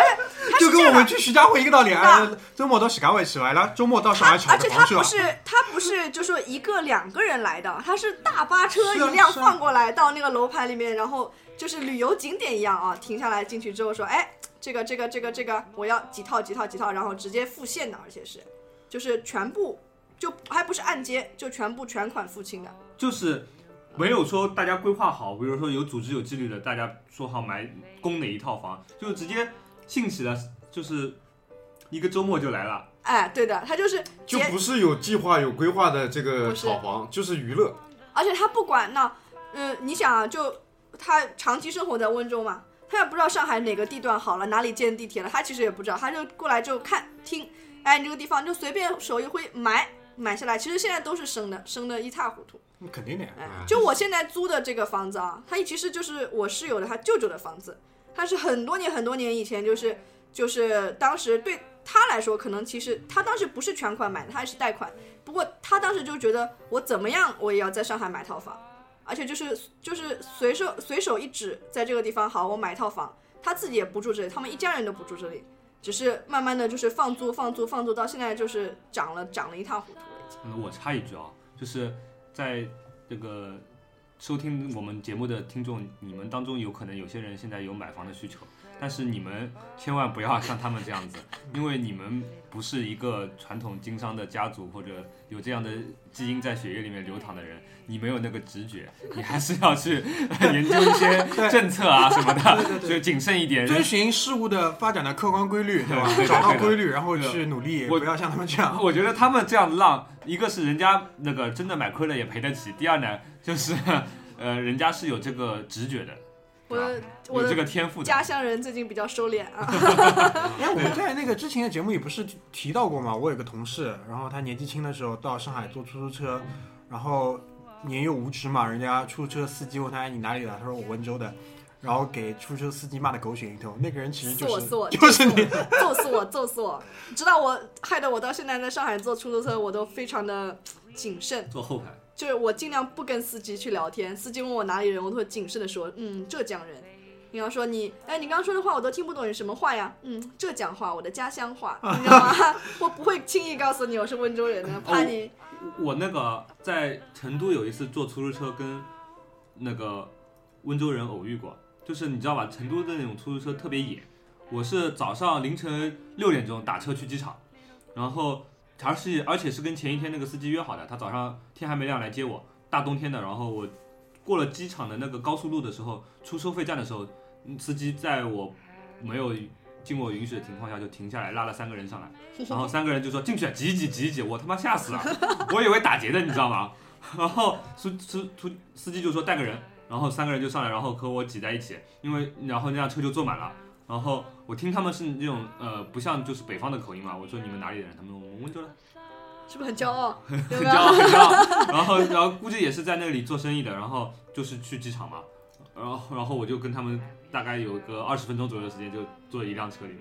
Speaker 4: 而且
Speaker 1: 就跟我们去徐家汇一个道理啊
Speaker 4: 那！
Speaker 1: 周末到徐家汇吃完了，周末到上海炒
Speaker 4: 而
Speaker 1: 个
Speaker 4: 且
Speaker 1: 房
Speaker 4: 他
Speaker 1: 去
Speaker 4: 不
Speaker 1: 了。
Speaker 4: 是他不是就说一个两个人来的，他是大巴车
Speaker 1: 是啊
Speaker 4: 一辆
Speaker 1: 是啊
Speaker 4: 放过来到那个楼盘里面，然后就是旅游景点一样啊，停下来进去之后说，哎，这个这个这个这个我要几套几套几套，然后直接付现的，而且是就是全部。就还不是按揭，就全部全款付清的。
Speaker 3: 就是没有说大家规划好，比如说有组织有纪律的，大家说好买供哪一套房，就直接兴起了，就是一个周末就来了。
Speaker 4: 哎，对的，他就是
Speaker 2: 就
Speaker 4: 结，
Speaker 2: 不是有计划有规划的这个
Speaker 4: 不是
Speaker 2: 炒房，就是娱乐。
Speaker 4: 而且他不管那，呃，你想啊，就他长期生活在温州嘛，他也不知道上海哪个地段好了，哪里建地铁了，他其实也不知道，他就过来就看听，哎，你这个地方就随便手一挥买买下来，其实现在都是生的，生的一塌糊涂。
Speaker 1: 那肯定的呀。
Speaker 4: 哎
Speaker 2: 哎，
Speaker 4: 就我现在租的这个房子啊，它其实就是我室友的他舅舅的房子，他是很多年很多年以前就是就是当时对他来说，可能其实他当时不是全款买的，他是贷款，不过他当时就觉得我怎么样我也要在上海买套房，而且就是就是随手随手一指在这个地方好，我买套房，他自己也不住这里，他们一家人都不住这里。只是慢慢的就是放租放租放租，到现在就是涨了涨了一塌糊涂了已经。
Speaker 3: 嗯，我插一句啊，就是在这个收听我们节目的听众，你们当中有可能有些人现在有买房的需求，但是你们千万不要像他们这样子，因为你们不是一个传统经商的家族或者有这样的基因在血液里面流淌的人，你没有那个直觉，你还是要去 研究一些政策啊什么的，就谨慎一点。
Speaker 1: 遵循事物的发展的客观规律，对吧
Speaker 3: 对对？
Speaker 1: 找到
Speaker 3: 对的
Speaker 1: 规律，然后
Speaker 3: 对的
Speaker 1: 去努力，
Speaker 3: 我
Speaker 1: 不要像他们这样。
Speaker 3: 啊我觉得他们这样浪，一个是人家那个真的买亏了也赔得起，第二呢就是呃人家是有这个直觉的，
Speaker 4: 我的我
Speaker 3: 啊有
Speaker 4: 的
Speaker 3: 这个天赋的
Speaker 4: 家。乡人最近比较收敛啊。
Speaker 1: 哎，我们在那个之前的节目里不是提到过吗？我有个同事，然后他年纪轻的时候到上海坐出租车，然后年幼无知嘛，人家出租车司机问他哎你哪里的，他说我温州的，然后给出租车司机骂的狗血淋头。那个人其实
Speaker 4: 是
Speaker 1: 就
Speaker 4: 我
Speaker 1: 是
Speaker 4: 是我
Speaker 1: 就是你，
Speaker 4: 揍死我，揍死我！你知道我害得我到现在在上海坐出租车，我都非常的谨慎，
Speaker 3: 坐后排，
Speaker 4: 就是我尽量不跟司机去聊天。司机问我哪里人，我都会谨慎的说，嗯，浙江人。你要说你，哎，你刚刚说的话我都听不懂，你什么话呀？嗯，浙江话，我的家乡话，你知道吗？ 我不会轻易告诉你我是温州人的，怕你
Speaker 3: 我那个在成都有一次坐出租车跟那个温州人偶遇过，就是你知道吧，成都的那种出租车特别野。我是早上凌晨六点钟打车去机场，然后而是而且是跟前一天那个司机约好的，他早上天还没亮来接我，大冬天的，然后我过了机场的那个高速路的时候，出收费站的时候，嗯司机在我没有经我允许的情况下就停下来，拉了三个人上来，然后三个人就说进去挤一挤挤一挤，我他妈吓死了，我以为打劫的，你知道吗？然后司司司司机就说带个人，然后三个人就上来，然后和我挤在一起，因为然后那辆车就坐满了。然后我听他们是那种呃，不像就是北方的口音嘛，我说你们哪里的人？他们说我们温州的。
Speaker 4: 是不是很骄傲？有没
Speaker 3: 骄傲
Speaker 4: 有？
Speaker 3: 很骄傲。 然后然后估计也是在那里做生意的，然后就是去机场嘛，然后然后我就跟他们大概有个二十分钟左右的时间，就坐一辆车里面。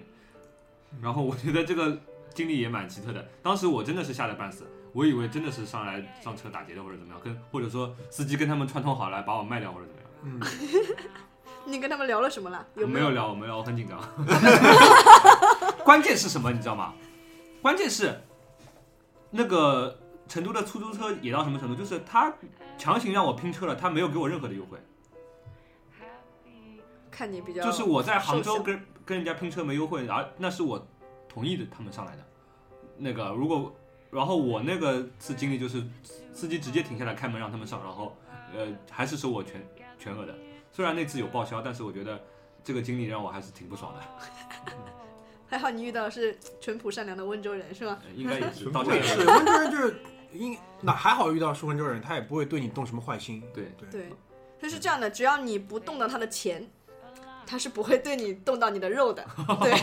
Speaker 3: 然后我觉得这个经历也蛮奇特的，当时我真的是吓得半死。我以为真的是上来上车打劫的或者怎么样，跟或者说司机跟他们串通好来把我卖掉或者怎么样，
Speaker 1: 嗯，
Speaker 4: 你跟他们聊了什么了？有
Speaker 3: 我没
Speaker 4: 有？
Speaker 3: 有聊，我没有聊，我很紧张。 关键是什么，你知道吗？关键是那个成都的出租车也到什么程度，就是他强行让我拼车了，他没有给我任何的优惠，
Speaker 4: 看你比较，
Speaker 3: 就是我在杭
Speaker 4: 瘦
Speaker 3: 州
Speaker 4: 小
Speaker 3: 跟跟人家拼车没优惠，而那是我同意的他们上来的。那个如果，然后我那个次经历就是司机直接停下来开门让他们上，然后呃还是收我全全额的。虽然那次有报销，但是我觉得这个经历让我还是挺不爽的。
Speaker 4: 还好你遇到的是淳朴善良的温州人是吧？
Speaker 3: 呃应该也
Speaker 1: 哎
Speaker 3: 是到
Speaker 2: 纯
Speaker 3: 这
Speaker 2: 粹
Speaker 3: 里
Speaker 1: 是温州人就是应那还好遇到是温州人，他也不会对你动什么坏心。
Speaker 3: 对
Speaker 1: 对，
Speaker 4: 对，就是这样的，只要你不动到他的钱，他是不会对你动到你 的肉的。对，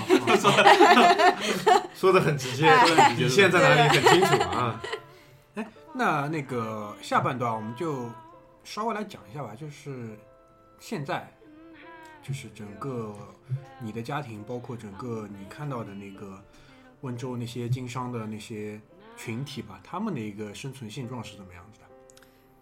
Speaker 2: 说的很直接，
Speaker 4: 哎
Speaker 2: 说的很直接，底线在哪里很清楚啊。
Speaker 1: 那那个下半段我们就稍微来讲一下吧，就是现在，就是整个你的家庭，包括整个你看到的那个温州那些经商的那些群体吧，他们的一个生存现状是怎么样子的？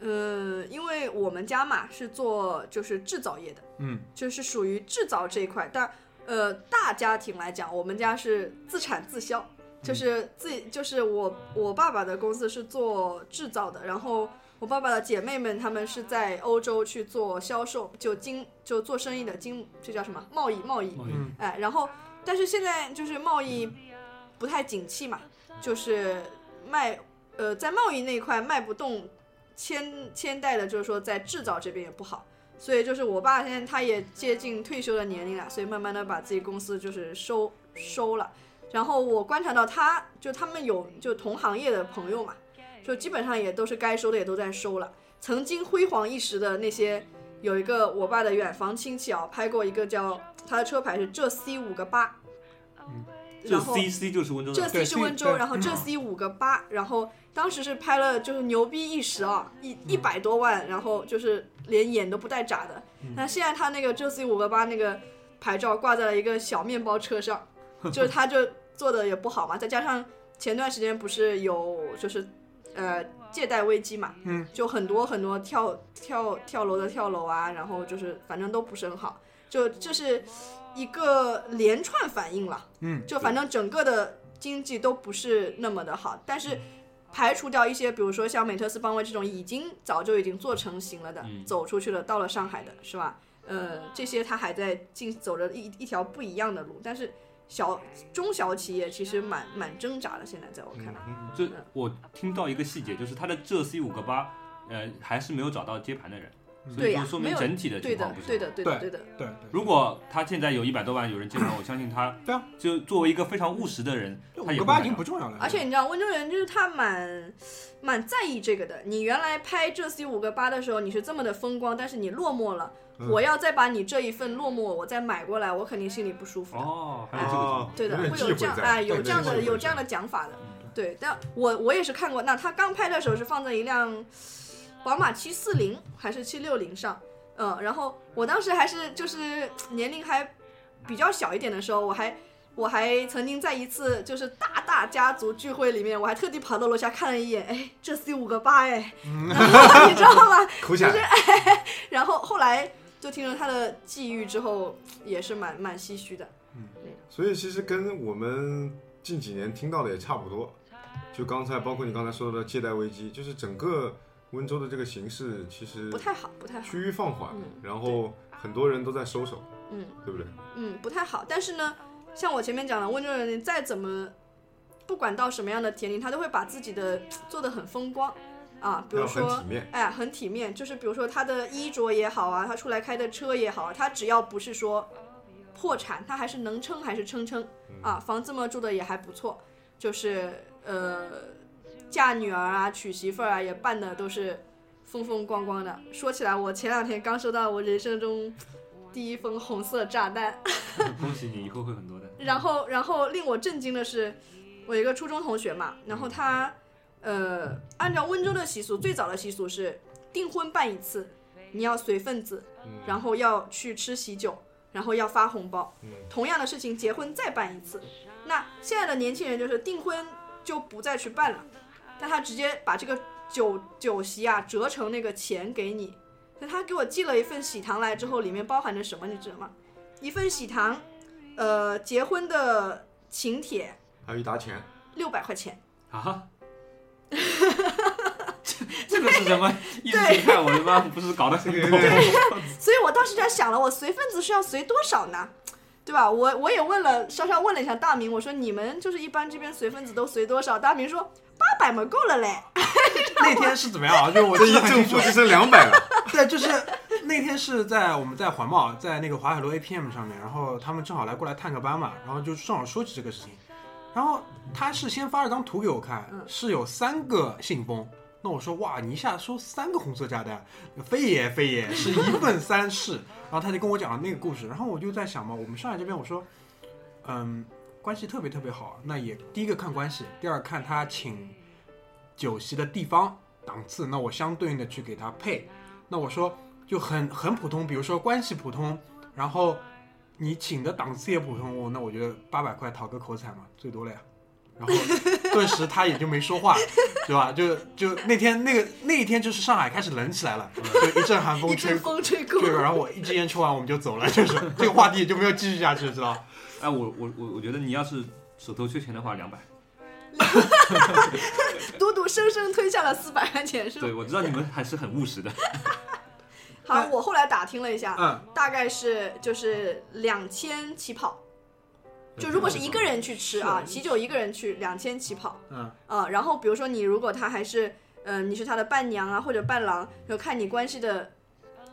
Speaker 4: 呃，因为我们家嘛是做就是制造业的，
Speaker 1: 嗯，
Speaker 4: 就是属于制造这一块，但呃大家庭来讲，我们家是自产自销，
Speaker 3: 嗯
Speaker 4: 就是自己就是我我爸爸的公司是做制造的，然后我爸爸的姐妹们她们是在欧洲去做销售，就经就做生意的经这叫什么贸易贸易，
Speaker 3: 贸易
Speaker 1: 嗯
Speaker 4: 哎，然后但是现在就是贸易不太景气嘛，就是卖呃在贸易那一块卖不动，牵牵带的就是说在制造这边也不好，所以就是我爸现在他也接近退休的年龄了，所以慢慢的把自己公司就是收收了。然后我观察到他，就他们有就同行业的朋友嘛，就基本上也都是该收的也都在收了。曾经辉煌一时的那些，有一个我爸的远房亲戚啊，拍过一个叫他的车牌是浙 C 五个八，
Speaker 3: 这
Speaker 4: 然后
Speaker 3: C C 就是温州
Speaker 4: 这
Speaker 3: 的，
Speaker 4: C 是温州，
Speaker 1: 对
Speaker 4: 然后这 C 五个八，然后当时是拍了就是牛逼一时啊，
Speaker 1: 嗯
Speaker 4: 一一百多万，然后就是连眼都不带眨的。
Speaker 1: 嗯
Speaker 4: 那现在他那个这 C 五个八那个牌照挂在了一个小面包车 上，就是他就做的也不好嘛，再加上前段时间不是有就是呃借贷危机嘛，
Speaker 1: 嗯，
Speaker 4: 就很多很多跳跳跳楼的跳楼啊，然后就是反正都不是很好，就这是一个连串反应了，
Speaker 1: 嗯，
Speaker 4: 就反正整个的经济都不是那么的好，但
Speaker 3: 嗯
Speaker 4: 是。排除掉一些，比如说像美特斯邦威这种已经早就已经做成型了的，
Speaker 3: 嗯
Speaker 4: 走出去了，到了上海的是吧？呃，这些它还在进走着一一条不一样的路，但是小中小企业其实蛮蛮挣扎的，现在在我看来，
Speaker 3: 这我听到一个细节，就是他的浙 C 五个八，呃，还是没有找到接盘的人，所
Speaker 4: 对
Speaker 3: 以
Speaker 4: 呀
Speaker 3: 说说明
Speaker 4: 没有
Speaker 3: 整体的嗯
Speaker 4: 对
Speaker 3: 情
Speaker 4: 的
Speaker 3: 况不，是
Speaker 4: 对的，对的，对的，
Speaker 1: 对对。
Speaker 3: 如果他现在有一百多万，有人接盘，我相信他
Speaker 1: 对啊，
Speaker 3: 就作为一个非常务实的人，他
Speaker 1: 五
Speaker 3: 也
Speaker 1: 个
Speaker 3: 不
Speaker 1: 八
Speaker 3: 啊买
Speaker 1: 已经
Speaker 3: 了
Speaker 1: 不重要了，
Speaker 4: 而且你知道温州人就是他蛮蛮在意这个的。你原来拍这 C 五个八的时候，你是这么的风光，但是你落寞了，
Speaker 2: 嗯
Speaker 4: 我要再把你这一份落寞我再买过来，我肯定心里不舒服的。
Speaker 3: 哦，
Speaker 2: 嗯
Speaker 3: 还有这个状况，
Speaker 4: 对的，
Speaker 2: 有
Speaker 4: 会
Speaker 2: 点
Speaker 4: 有
Speaker 2: 忌讳
Speaker 4: 这样
Speaker 2: 在嗯
Speaker 4: 哎，有
Speaker 2: 对
Speaker 4: 这样
Speaker 2: 有
Speaker 4: 的
Speaker 2: 点忌
Speaker 4: 有
Speaker 2: 讳
Speaker 4: 这样的讲法的，对。但我我也是看过，那他刚拍的时候是放在一辆宝马七四零还是七六零上，嗯，然后我当时还是就是年龄还比较小一点的时候，我还我还曾经在一次就是大大家族聚会里面，我还特地跑到楼下看了一眼，哎，这 C 五个八哎，
Speaker 2: 嗯
Speaker 4: 然后你知道吗？
Speaker 2: 口起来，
Speaker 4: 然后后来就听了他的际遇之后，也是蛮蛮唏嘘的。
Speaker 2: 所以其实跟我们近几年听到的也差不多，就刚才包括你刚才说的借贷危机，就是整个温州的这个形势其实
Speaker 4: 不太好，不太好。
Speaker 2: 趋于放缓
Speaker 4: 嗯，
Speaker 2: 然后很多人都在收手，
Speaker 4: 嗯，
Speaker 2: 对不对？
Speaker 4: 嗯，不太好。但是呢，像我前面讲的，温州人再怎么，不管到什么样的田里，他都会把自己的做的很风光啊，比如
Speaker 2: 要很
Speaker 4: 说
Speaker 2: 体，面，
Speaker 4: 哎，很体面，就是比如说他的衣着也好啊，他出来开的车也好啊，他只要不是说破产，他还是能撑还是撑撑
Speaker 2: 嗯
Speaker 4: 啊，房子嘛住的也还不错，就是呃，嫁女儿啊、娶媳妇儿啊也办的都是风风光光的。说起来，我前两天刚收到我人生中第一封红色炸弹。
Speaker 3: 恭喜你，以后会很多的。
Speaker 4: 然后，然后令我震惊的是，我有一个初中同学嘛，然后他，呃，按照温州的习俗，最早的习俗是订婚办一次，你要随份子，
Speaker 2: 嗯
Speaker 4: 然后要去吃喜酒，然后要发红包。同样的事情，结婚再办一次。那现在的年轻人就是订婚就不再去办了，但他直接把这个酒酒席啊折成那个钱给你。那他给我寄了一份喜糖来之后，里面包含着什么，你知道吗？一份喜糖，呃，结婚的请帖
Speaker 2: 还有一沓 钱，
Speaker 4: 六百块钱。
Speaker 3: 啊？这这个是什么？一直一看我他妈不是搞得很 恐怖？
Speaker 4: 所以我当时在想了，我随份子是要随多少呢？对吧？我我也问了，稍稍问了一下大明，我说你们就是一般这边随份子都随多少？大明说八百嘛，够了嘞。
Speaker 1: 那天是怎么样啊？就是我
Speaker 2: 这
Speaker 1: 记
Speaker 2: 一
Speaker 1: 得很
Speaker 2: 正
Speaker 1: 清
Speaker 2: 负
Speaker 1: 楚，
Speaker 2: 只剩两百了。
Speaker 1: 对，就是那天是在我们在环贸，在那个淮海路 APM 上面，然后他们正好来过来探个班嘛，然后就正好说起这个事情，然后他是先发了张图给我看，是有三个信封。那我说哇，你一下收三个红色炸弹，非也非也，是一份三式。然后他就跟我讲了那个故事，然后我就在想嘛，我们上海这边我说，嗯，关系特别特别好，那也第一个看关系，第二看他请酒席的地方档次，那我相对应的去给他配。那我说就很很普通，比如说关系普通，然后你请的档次也普通，哦我那我觉得八百块讨个口彩嘛，最多了呀。然后顿时他也就没说话， 对吧？就就那天那个那一天就是上海开始冷起来了，就一阵寒风
Speaker 4: 一
Speaker 1: 吹
Speaker 4: 阵
Speaker 1: 过，
Speaker 4: 风吹过，
Speaker 1: 对，然后我一支烟抽完我们就走了，就是 这个话题也就没有继续下去，知道吧？
Speaker 3: 哎，我我我我觉得你要是手头缺钱的话，两百。
Speaker 4: 嘟嘟生生推下了四百块钱，是吧
Speaker 3: 对，？我知道你们还是很务实的。
Speaker 4: 好，我后来打听了一下，
Speaker 1: 嗯，
Speaker 4: 大概是就是两千起跑。
Speaker 1: 嗯
Speaker 4: 就如果是一个人去吃啊，喜酒一个人去两千起跑，
Speaker 1: 嗯，
Speaker 4: 呃，然后比如说你如果他还是，呃，你是他的伴娘啊或者伴郎，就看你关系的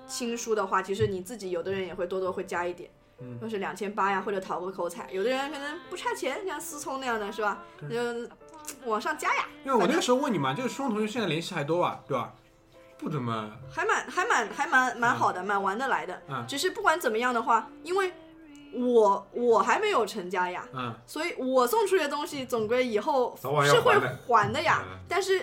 Speaker 4: 亲疏的话，其实你自己有的人也会多多会加一点，
Speaker 1: 嗯
Speaker 4: 就是两千八呀或者讨个口彩，有的人可能不差钱，像思聪那样的是吧？
Speaker 1: 对
Speaker 4: 就嘖往上加呀，
Speaker 1: 因为我那个时候问你嘛，就是双同学现在联系还多啊吧，对吧？不怎么，
Speaker 4: 还蛮还蛮还蛮蛮好的，蛮玩得来的。
Speaker 1: 嗯
Speaker 4: 只是不管怎么样的话，因为我我还没有成家呀，
Speaker 1: 嗯，
Speaker 4: 所以我送出去的东西总归以后
Speaker 2: 早晚要
Speaker 4: 是会
Speaker 2: 还的
Speaker 4: 还的呀
Speaker 2: 嗯。
Speaker 4: 但是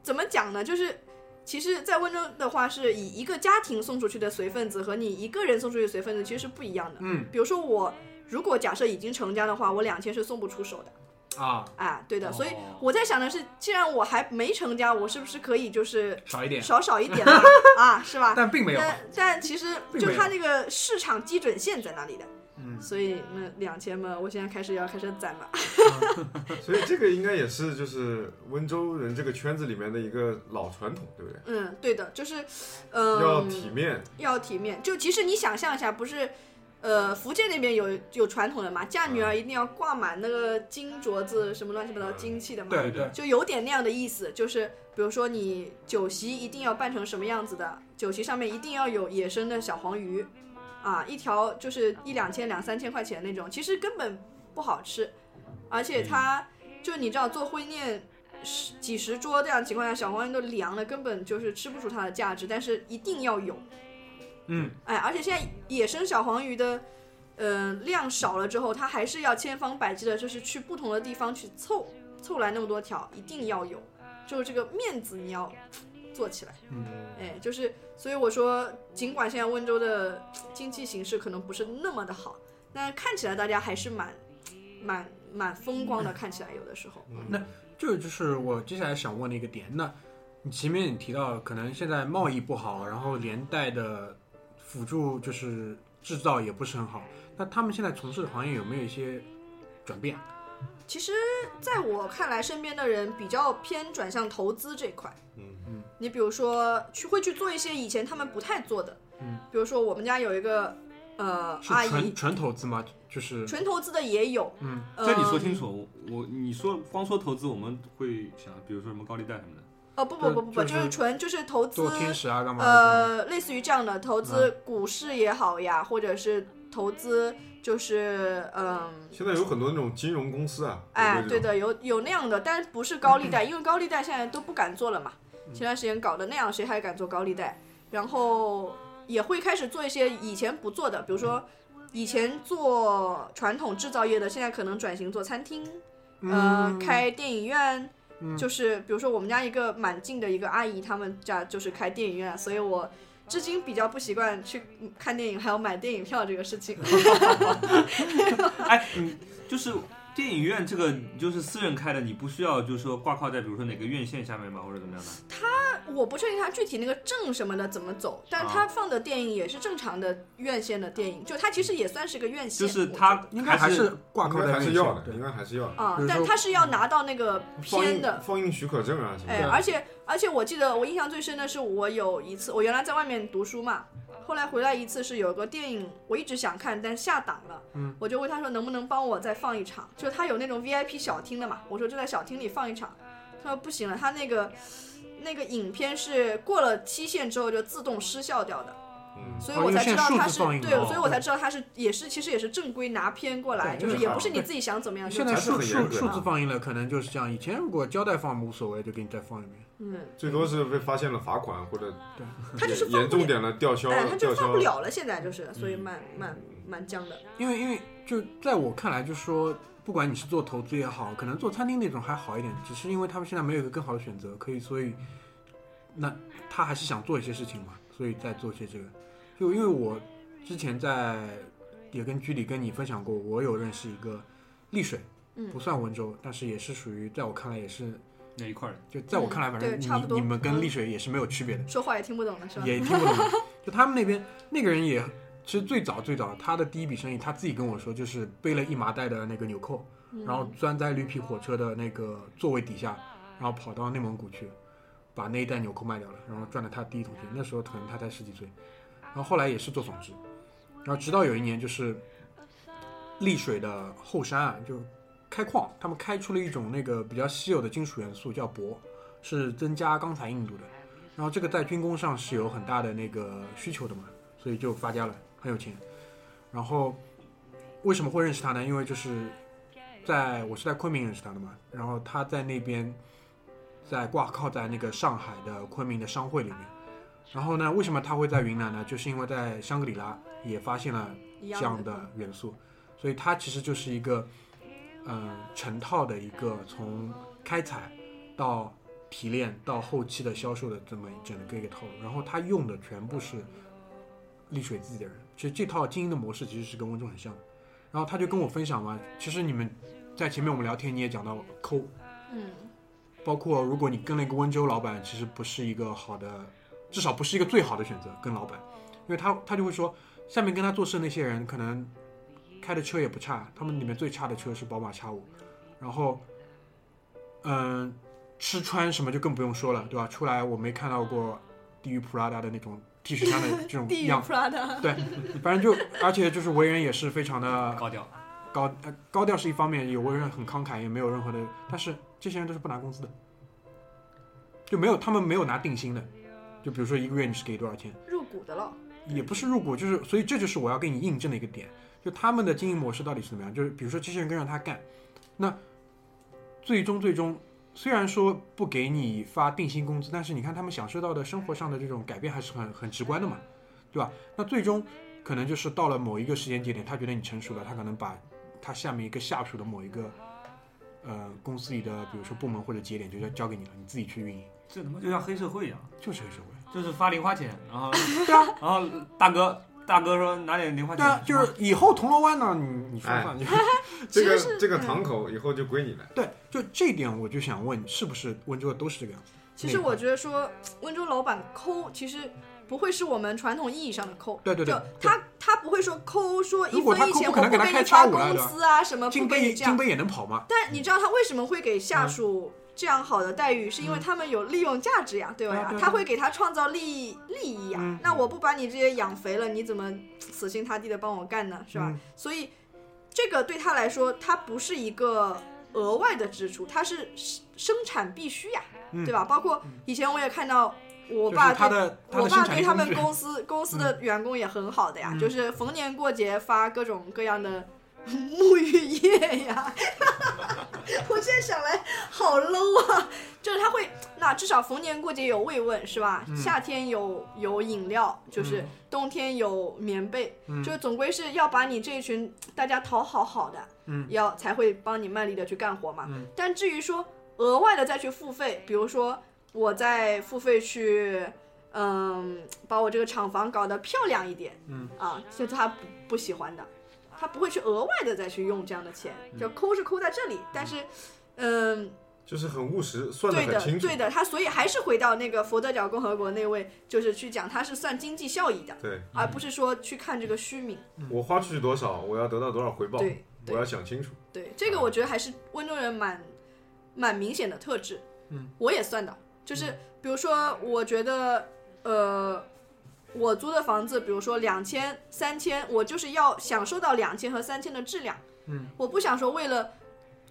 Speaker 4: 怎么讲呢？就是其实，在温州的话，是以一个家庭送出去的随份子和你一个人送出去的随份子其实是不一样的。
Speaker 1: 嗯
Speaker 4: 比如说我如果假设已经成家的话，我两千是送不出手的
Speaker 1: 啊，
Speaker 4: 啊，对的。所以
Speaker 3: 哦
Speaker 4: 我在想的是，既然我还没成家，我是不是可以就是
Speaker 1: 少一点，
Speaker 4: 少少一 点吧，啊，是吧？
Speaker 1: 但并没有，
Speaker 4: 但但其实
Speaker 1: 并
Speaker 4: 就
Speaker 1: 没有
Speaker 4: 它那个市场基准线在那里的，
Speaker 1: 嗯，
Speaker 4: 所以那两千嘛，我现在开始要开始攒了。
Speaker 2: 所以这个应该也是就是温州人这个圈子里面的一个老传统，对不对？
Speaker 4: 嗯，对的，就是，嗯，
Speaker 2: 要体面，
Speaker 4: 要体面。就其实你想象一下，不是，呃，福建那边有有传统的嘛，嫁女儿一定要挂满那个金镯子，什么乱七八糟金器的
Speaker 1: 嗯
Speaker 4: 嘛，
Speaker 1: 对
Speaker 3: 对
Speaker 1: 对，
Speaker 4: 就有点那样的意思，就是比如说你酒席一定要办成什么样子的，酒席上面一定要有野生的小黄鱼，啊，一条就是一两千、两三千块钱那种，其实根本不好吃，而且它就你知道做婚宴。十几十桌这样的情况下，小黄鱼都凉了，根本就是吃不出它的价值。但是一定要有，
Speaker 1: 嗯，
Speaker 4: 哎，而且现在野生小黄鱼的，呃，量少了之后，它还是要千方百计的，就是去不同的地方去凑，凑来那么多条，一定要有，就是这个面子你要做起来，哎，就是，所以我说，尽管现在温州的经济形势可能不是那么的好，但看起来大家还是蛮，蛮蛮风光的，看起来有的时候，
Speaker 2: 嗯
Speaker 1: 这就是我接下来想问的一个点。那你前面你提到，可能现在贸易不好，然后连带的辅助就是制造也不是很好。那他们现在从事的行业有没有一些转变？
Speaker 4: 其实在我看来，身边的人比较偏转向投资这一块。
Speaker 2: 嗯，
Speaker 4: 你比如说去会去做一些以前他们不太做的，
Speaker 1: 嗯，
Speaker 4: 比如说我们家有一个呃
Speaker 1: 是
Speaker 4: 阿姨
Speaker 1: 纯，纯投资吗？就是
Speaker 4: 纯投资的也有，
Speaker 1: 嗯，
Speaker 3: 这你说
Speaker 4: 呃
Speaker 3: 清楚，我我你说光说投资，我们会想，比如说什么高利贷什么的。
Speaker 4: 哦不不不不
Speaker 1: 就
Speaker 4: 不，就是是纯就是投资
Speaker 1: 做，天使啊，干嘛嗯的？
Speaker 4: 呃，类似于这样的投资股市也好呀，或者是投资就是嗯。
Speaker 2: 现在有很多那种金融公司啊，
Speaker 4: 哎
Speaker 2: 有，
Speaker 4: 对
Speaker 2: 这种，
Speaker 4: 的，有有那样的，但是不是高利贷，因为高利贷现在都不敢做了嘛。前段时间搞的那样，谁还敢做高利贷？然后也会开始做一些以前不做的，比如说以前做传统制造业的，现在可能转型做餐厅，呃，开电影院，
Speaker 1: 嗯
Speaker 4: 就是比如说我们家一个蛮近的一个阿姨，他们家就是开电影院，所以我至今比较不习惯去看电影还有买电影票这个事情。
Speaker 3: 哎，你就是电影院这个就是私人开的，你不需要就是说挂靠在比如说哪个院线下面吗，或者怎么样的？
Speaker 4: 我不确定它具体那个证什么的怎么走，但它放的电影也是正常的院线的电影，就它其实也算是个院线。
Speaker 3: 就是
Speaker 4: 我
Speaker 3: 它
Speaker 1: 应该还
Speaker 3: 是
Speaker 1: 是挂
Speaker 2: 应
Speaker 1: 靠
Speaker 2: 该
Speaker 1: 在
Speaker 2: 还是
Speaker 1: 院
Speaker 2: 要
Speaker 1: 线
Speaker 2: 的，
Speaker 1: 对
Speaker 2: 应该还是要的。
Speaker 4: 啊
Speaker 1: 比、如说
Speaker 4: 但它是要拿到那个
Speaker 2: 放
Speaker 4: 片
Speaker 2: 映
Speaker 4: 的，
Speaker 2: 放映许可证啊什么
Speaker 4: 哎，
Speaker 2: 的。
Speaker 4: 而且而且我记得我印象最深的是，我有一次我原来在外面读书嘛，后来回来一次是有个电影我一直想看，但下档了，
Speaker 1: 嗯，
Speaker 4: 我就问他说能不能帮我再放一场，就是他有那种 VIP 小厅的嘛，我说就在小厅里放一场，他说不行了，他那个那个影片是过了期限之后就自动失效掉的。
Speaker 2: 嗯，
Speaker 4: 所以我才知道
Speaker 1: 哦
Speaker 4: 它是
Speaker 1: 因为现在数字放映
Speaker 4: 对，
Speaker 1: 哦
Speaker 4: 所以我才知道它是也是其实也是正规拿片过来，
Speaker 1: 对
Speaker 4: 就是
Speaker 2: 因为
Speaker 4: 也不是你自己想怎么样就
Speaker 1: 现在
Speaker 2: 还是
Speaker 1: 数
Speaker 2: 很
Speaker 1: 数
Speaker 2: 严格的
Speaker 1: 数字放映了，可能就是这样。以前如果胶带放无所谓，就给你再放一遍。
Speaker 4: 嗯，
Speaker 2: 最多是被发现了罚款或者
Speaker 4: 它就是
Speaker 2: 严
Speaker 4: 放不
Speaker 2: 重
Speaker 4: 了，
Speaker 2: 点了吊销
Speaker 4: 哎，它就
Speaker 2: 吊
Speaker 4: 是放
Speaker 2: 销
Speaker 4: 不。了了，现在就是，
Speaker 1: 嗯
Speaker 4: 所以蛮蛮蛮僵的。
Speaker 1: 因为因为就在我看来，就说不管你是做投资也好，可能做餐厅那种还好一点，只是因为他们现在没有一个更好的选择，可以所以那他还是想做一些事情嘛，所以在做一些这个。就因为我之前在也跟居里跟你分享过，我有认识一个丽水，
Speaker 4: 嗯
Speaker 1: 不算温州，但是也是属于在我看来也是
Speaker 3: 那一块儿的。
Speaker 1: 就在我看来，反正
Speaker 4: 对
Speaker 1: 你、
Speaker 4: 差不多
Speaker 1: 你们跟
Speaker 4: 嗯
Speaker 1: 丽水也是没有区别的。
Speaker 4: 说话也听不懂了，是吧？
Speaker 1: 也听不懂。就他们那边那个人也，其实最早最早他的第一笔生意，他自己跟我说，就是背了一麻袋的那个纽扣，
Speaker 4: 嗯
Speaker 1: 然后钻在绿皮火车的那个座位底下，然后跑到内蒙古去，把那一袋纽扣卖掉了，然后赚了他第一桶钱。那时候可能他才十几岁，然后后来也是做纺织，然后直到有一年就是丽水的后山啊，就开矿，他们开出了一种那个比较稀有的金属元素叫铂，是增加钢材硬度的。然后这个在军工上是有很大的那个需求的嘛，所以就发家了，很有钱。然后为什么会认识他呢？因为就是在我是在昆明认识他的嘛，然后他在那边在挂靠在那个上海的昆明的商会里面。然后呢，为什么他会在云南呢？就是因为在香格里拉也发现了
Speaker 4: 一
Speaker 1: 这
Speaker 4: 样嗯
Speaker 1: 样的元素，所以它其实就是一个，嗯、成套的一个从开采到提炼到后期的销售的这么整个一个套路。然后它用的全部是丽水自己的人，其实这套经营的模式其实是跟温州很像的。然后他就跟我分享嘛，其实你们在前面我们聊天你也讲到抠，
Speaker 4: 嗯，
Speaker 1: 包括如果你跟了一个温州老板，其实不是一个好的，至少不是一个最好的选择跟老板，因为他他就会说，下面跟他做事的那些人可能开的车也不差，他们里面最差的车是宝马 X 五，然后，嗯、吃穿什么就更不用说了，对吧？出来我没看到过地狱普拉达的那种 T 恤衫的这 种
Speaker 4: 地狱
Speaker 1: 样，
Speaker 4: Prada，
Speaker 1: 对，反正就而且就是为人也是非常的
Speaker 3: 高调，
Speaker 1: 高呃高调是一方面，有为人很慷慨，也没有任何的，但是这些人都是不拿工资的，就没有他们没有拿定薪的，就比如说一个月你是给多少钱，
Speaker 4: 入股的了。
Speaker 1: 也不是入股，就是所以这就是我要给你印证的一个点，就他们的经营模式到底是怎么样，就是比如说这些人跟让他干，那最终最终虽然说不给你发定薪工资，但是你看他们享受到的生活上的这种改变还是很很直观的嘛，对吧？那最终可能就是到了某一个时间节点，他觉得你成熟了，他可能把他下面一个下属的某一个呃公司里的比如说部门或者节点就交交给你了，你自己去运营，
Speaker 3: 这他妈就像黑社会一样，
Speaker 1: 就是黑社会。
Speaker 3: 就是发零花钱，然后
Speaker 1: 对啊，
Speaker 3: 然后大哥大哥说拿点零花
Speaker 1: 对啊，
Speaker 3: 钱，
Speaker 1: 就是以后铜锣湾呢，你你说
Speaker 2: 哎
Speaker 1: 算就。
Speaker 2: 这
Speaker 4: 其实
Speaker 2: 个
Speaker 4: 是嗯
Speaker 2: 这个堂口以后就归你了。
Speaker 1: 对，就这一点我就想问，是不是温州的都是这个样子？
Speaker 4: 其实我觉得说温州老板抠，其实不会是我们传统意义上的抠。
Speaker 1: 对对对
Speaker 4: 就他他不会说抠，说一
Speaker 1: 如果他
Speaker 4: 分一
Speaker 1: 抠
Speaker 4: 钱
Speaker 1: 不可能
Speaker 4: 我
Speaker 1: 给他
Speaker 4: 给
Speaker 1: 开
Speaker 4: 你发
Speaker 1: 叉五来
Speaker 4: 工
Speaker 1: 的
Speaker 4: 资啊什么，不
Speaker 1: 金
Speaker 4: 给
Speaker 1: 杯
Speaker 4: 你这样
Speaker 1: 金。杯也能跑吗？
Speaker 4: 但你知道他为什么会给下属这样好的待遇？是因为他们有利用价值呀，对吧
Speaker 1: 嗯对啊对啊
Speaker 4: 他会给他创造利益利益呀。
Speaker 1: 嗯
Speaker 4: 那我不把你这些养肥了，你怎么死心塌地的帮我干呢？是吧？
Speaker 1: 嗯
Speaker 4: 所以这个对他来说，它不是一个额外的支出，它是生生产必须呀，
Speaker 1: 嗯
Speaker 4: 对吧？包括以前我也看到我
Speaker 1: 就是
Speaker 4: 爸
Speaker 1: 他
Speaker 4: 对
Speaker 1: 的他
Speaker 4: 我
Speaker 1: 的生
Speaker 4: 爸
Speaker 1: 产
Speaker 4: 对
Speaker 1: 力
Speaker 4: 他
Speaker 1: 工
Speaker 4: 们
Speaker 1: 具，嗯
Speaker 4: 公司公司的员工也很好的呀，就是逢年过节发各种各样的沐浴液呀。 我现在想来好 low 啊，就是他会，那至少逢年过节有慰问是吧？
Speaker 1: 嗯
Speaker 4: 夏天有有饮料，就是冬天有棉被，
Speaker 1: 嗯
Speaker 4: 就是总归是要把你这一群大家讨好好的，
Speaker 1: 嗯
Speaker 4: 要才会帮你卖力的去干活嘛。但至于说额外的再去付费，比如说我再付费去，嗯，把我这个厂房搞得漂亮一点，
Speaker 1: 嗯
Speaker 4: 啊，这是他不不喜欢的，他不会去额外的再去用这样的钱，
Speaker 2: 嗯
Speaker 4: 就抠是抠在这里，但是，嗯，
Speaker 2: 就是很务实，算得
Speaker 4: 对
Speaker 2: 很清
Speaker 4: 的，
Speaker 2: 楚。
Speaker 4: 对的，他所以还是回到那个佛得角共和国那位，就是去讲他是算经济效益的，
Speaker 2: 对
Speaker 4: 而不是说去看这个虚名。
Speaker 2: 我花出去多少，我要得到多少回报，
Speaker 4: 对
Speaker 2: 我
Speaker 4: 对
Speaker 2: 要想清楚。
Speaker 4: 对，这个我觉得还是温州人蛮蛮明显的特质。
Speaker 1: 嗯，
Speaker 4: 我也算的，就是比如说，我觉得呃，我租的房子，比如说两千、三千，我就是要享受到两千和三千的质量。
Speaker 1: 嗯，
Speaker 4: 我不想说为了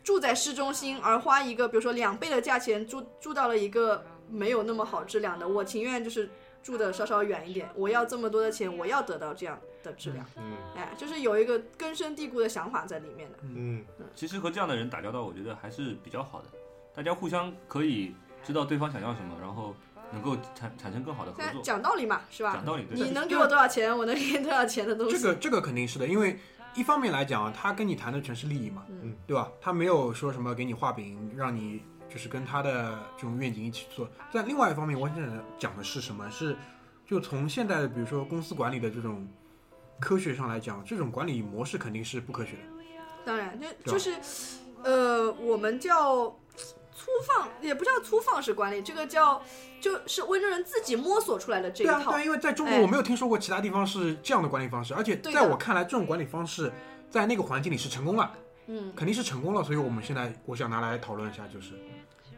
Speaker 4: 住在市中心而花一个，比如说两倍的价钱住住到了一个没有那么好质量的，我情愿就是住的稍稍远一点。我要这么多的钱，我要得到这样的质量。
Speaker 2: 嗯
Speaker 4: 哎，就是有一个根深蒂固的想法在里面的。
Speaker 2: 嗯，
Speaker 3: 其实和这样的人打交道，我觉得还是比较好的。大家互相可以知道对方想要什么，然后能够产产生更好的合
Speaker 4: 但
Speaker 3: 作。
Speaker 4: 讲道理嘛，是吧
Speaker 3: 讲？道理，
Speaker 4: 你
Speaker 3: 对，
Speaker 4: 能给我多少钱，我能给你多少钱的东西。
Speaker 1: 这个这个肯定是的，因为一方面来讲啊，他跟你谈的全是利益嘛，
Speaker 4: 嗯，
Speaker 1: 对吧？他没有说什么给你画饼，让你就是跟他的这种愿景一起做。但另外一方面，我想讲的是什么？是就从现在的比如说公司管理的这种科学上来讲，这种管理模式肯定是不科学的。
Speaker 4: 当然，就
Speaker 1: 吧
Speaker 4: 就是，呃，我们叫粗放，也不叫粗放式管理，这个叫就是温州人自己摸索出来的这一
Speaker 1: 对啊，
Speaker 4: 套
Speaker 1: 对啊，。因为在中国
Speaker 4: 哎
Speaker 1: 我没有听说过其他地方是这样的管理方式，而且
Speaker 4: 对
Speaker 1: 在
Speaker 4: 的
Speaker 1: 我看来，这种管理方式在那个环境里是成功了，
Speaker 4: 嗯，
Speaker 1: 肯定是成功了。所以我们现在我想拿来讨论一下，就是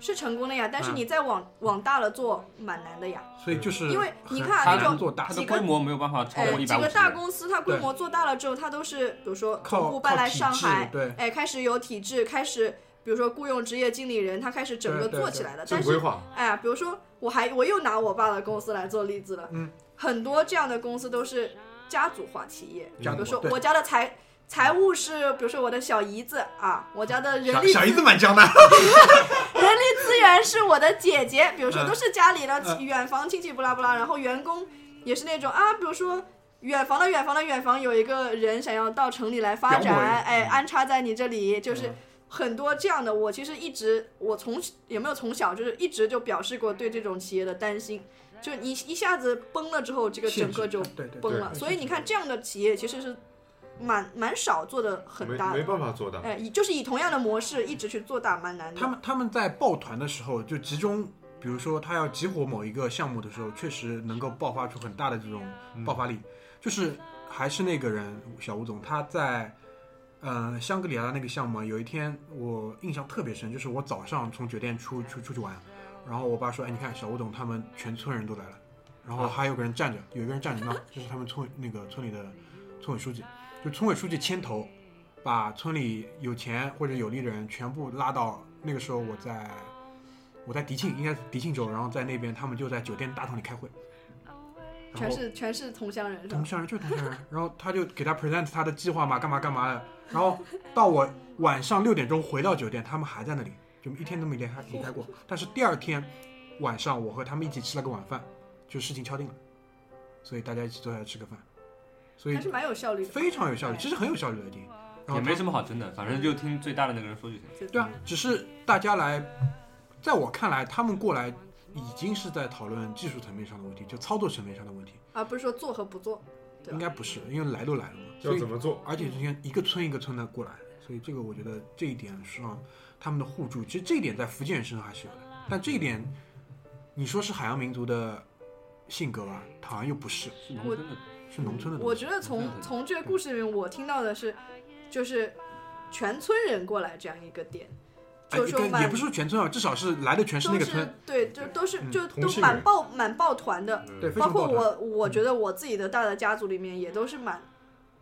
Speaker 4: 是成功的呀，但是
Speaker 1: 嗯
Speaker 4: 你再往往大了做，蛮难的呀。
Speaker 1: 所以就是
Speaker 4: 因为你
Speaker 1: 很
Speaker 4: 看啊
Speaker 1: 很
Speaker 3: 那
Speaker 1: 难
Speaker 3: 种
Speaker 1: 做大
Speaker 3: 它，的
Speaker 4: 几个
Speaker 3: 规模没有办法超
Speaker 4: 呃
Speaker 1: 哎
Speaker 3: 过，一
Speaker 4: 几
Speaker 3: 百五
Speaker 4: 个
Speaker 3: 十
Speaker 4: 大
Speaker 3: 人。
Speaker 4: 公司它规模做大了之后，它都是比如说总
Speaker 1: 靠
Speaker 4: 部搬
Speaker 1: 靠
Speaker 4: 来
Speaker 1: 体
Speaker 4: 上
Speaker 1: 制
Speaker 4: 海，
Speaker 1: 对
Speaker 4: 哎，开始有体制，开始比如说雇佣职业经理人，他开始整
Speaker 1: 对
Speaker 4: 个
Speaker 1: 对
Speaker 4: 做
Speaker 1: 对
Speaker 4: 起来的。
Speaker 2: 正
Speaker 4: 但是
Speaker 2: 规化，
Speaker 4: 哎，比如说，我还我又拿我爸的公司来做例子了，
Speaker 1: 嗯，
Speaker 4: 很多这样的公司都是家族化企业，比
Speaker 1: 家族
Speaker 2: 嗯
Speaker 4: 如说
Speaker 1: 对
Speaker 4: 我家的财财务是，比如说我的小姨子啊，我家的人
Speaker 1: 小
Speaker 4: 力
Speaker 1: 小姨子蛮强的，
Speaker 4: 人力资源是我的姐姐，比如说
Speaker 1: 嗯
Speaker 4: 都是家里的
Speaker 1: 嗯
Speaker 4: 远房亲戚，不拉不拉，然后员工也是那种啊，比如说。远房的远房的远房有一个人想要到城里来发
Speaker 1: 表我
Speaker 4: 展，哎，
Speaker 2: 嗯
Speaker 4: 安插在你这里，就是很多这样的，我其实一直我从也没有从小就是一直就表示过对这种企业的担心，就你一下子崩了之后，这个整个就
Speaker 1: 对对
Speaker 4: 崩
Speaker 2: 哎对
Speaker 4: 了。所以你看这样的企业其实是蛮蛮少做的很
Speaker 2: 没
Speaker 4: 大
Speaker 2: 没
Speaker 4: 的，
Speaker 2: 办法做到。
Speaker 4: 哎，以就是以同样的模式一直去做大蛮难的。
Speaker 1: 他们他们在抱团的时候，就集中，比如说他要激活某一个项目的时候，确实能够爆发出很大的这种爆发力。就是还是那个人小吴总，他在呃香格里拉那个项目啊，有一天我印象特别深，就是我早上从酒店出出出去玩，
Speaker 4: 哦
Speaker 1: 然后我爸说：“哎，你看小吴总他们全村人都来了。”然后还有个人站着，有一个人站着呢，就是他们村那个村里的村委书记，就村委书记牵头，把村里有钱或者有力的人全部拉到那个时候我在我在迪庆，应该是迪庆州，然后在那边他们就在酒店大堂里开会，然
Speaker 4: 哦全
Speaker 1: 后
Speaker 4: 是全是同乡人是吧
Speaker 1: 同？乡人就是同乡人，然后他就给他 present 他的计划嘛，干嘛干嘛的，然后到我晚上六点钟回到酒店，他们还在那里，就一天都没离开离开过，但是第二天晚上我和他们一起吃了个晚饭，就事情敲定了，所以大家一起坐下来吃个饭，所以
Speaker 4: 还是蛮有效率的，哎
Speaker 1: 非常有效率，其实很有效率的已经，然后
Speaker 3: 也
Speaker 1: 他
Speaker 3: 没什么好争的，反正就听最大的那个人说就行。
Speaker 4: 对
Speaker 1: 对啊，只是大家来，在我看来，他们过来已经是在讨论技术层面上的问题，就操作层面上的问题，
Speaker 4: 而不是说做和不做。对吧
Speaker 1: 应该不是，因为来都来了嘛，所
Speaker 2: 要
Speaker 1: 以
Speaker 2: 怎么做？
Speaker 1: 而且之前一个村一个村的过来，所以这个我觉得这一点是让他们的互助，其实这一点在福建身上还是有的，但这一点你说是海洋民族的性格吧，好像又不是，
Speaker 3: 是农村的，
Speaker 1: 是农村的
Speaker 4: 我
Speaker 1: 东西。
Speaker 4: 觉得从从这个故事里面，我听到的是，就是全村人过来这样一个点，
Speaker 1: 哎
Speaker 4: 就是说
Speaker 1: 跟也
Speaker 4: 蛮
Speaker 1: 不是说全村啊，至少是来的全是那
Speaker 4: 都
Speaker 1: 个村
Speaker 4: 是，对，就都是
Speaker 1: 嗯
Speaker 4: 就
Speaker 2: 同
Speaker 4: 都
Speaker 2: 性
Speaker 4: 蛮
Speaker 2: 人
Speaker 4: 抱蛮抱团的，
Speaker 1: 对，非
Speaker 4: 包
Speaker 1: 常
Speaker 4: 括
Speaker 1: 抱团，嗯
Speaker 4: 我，我觉得我自己的大的家族里面也都是蛮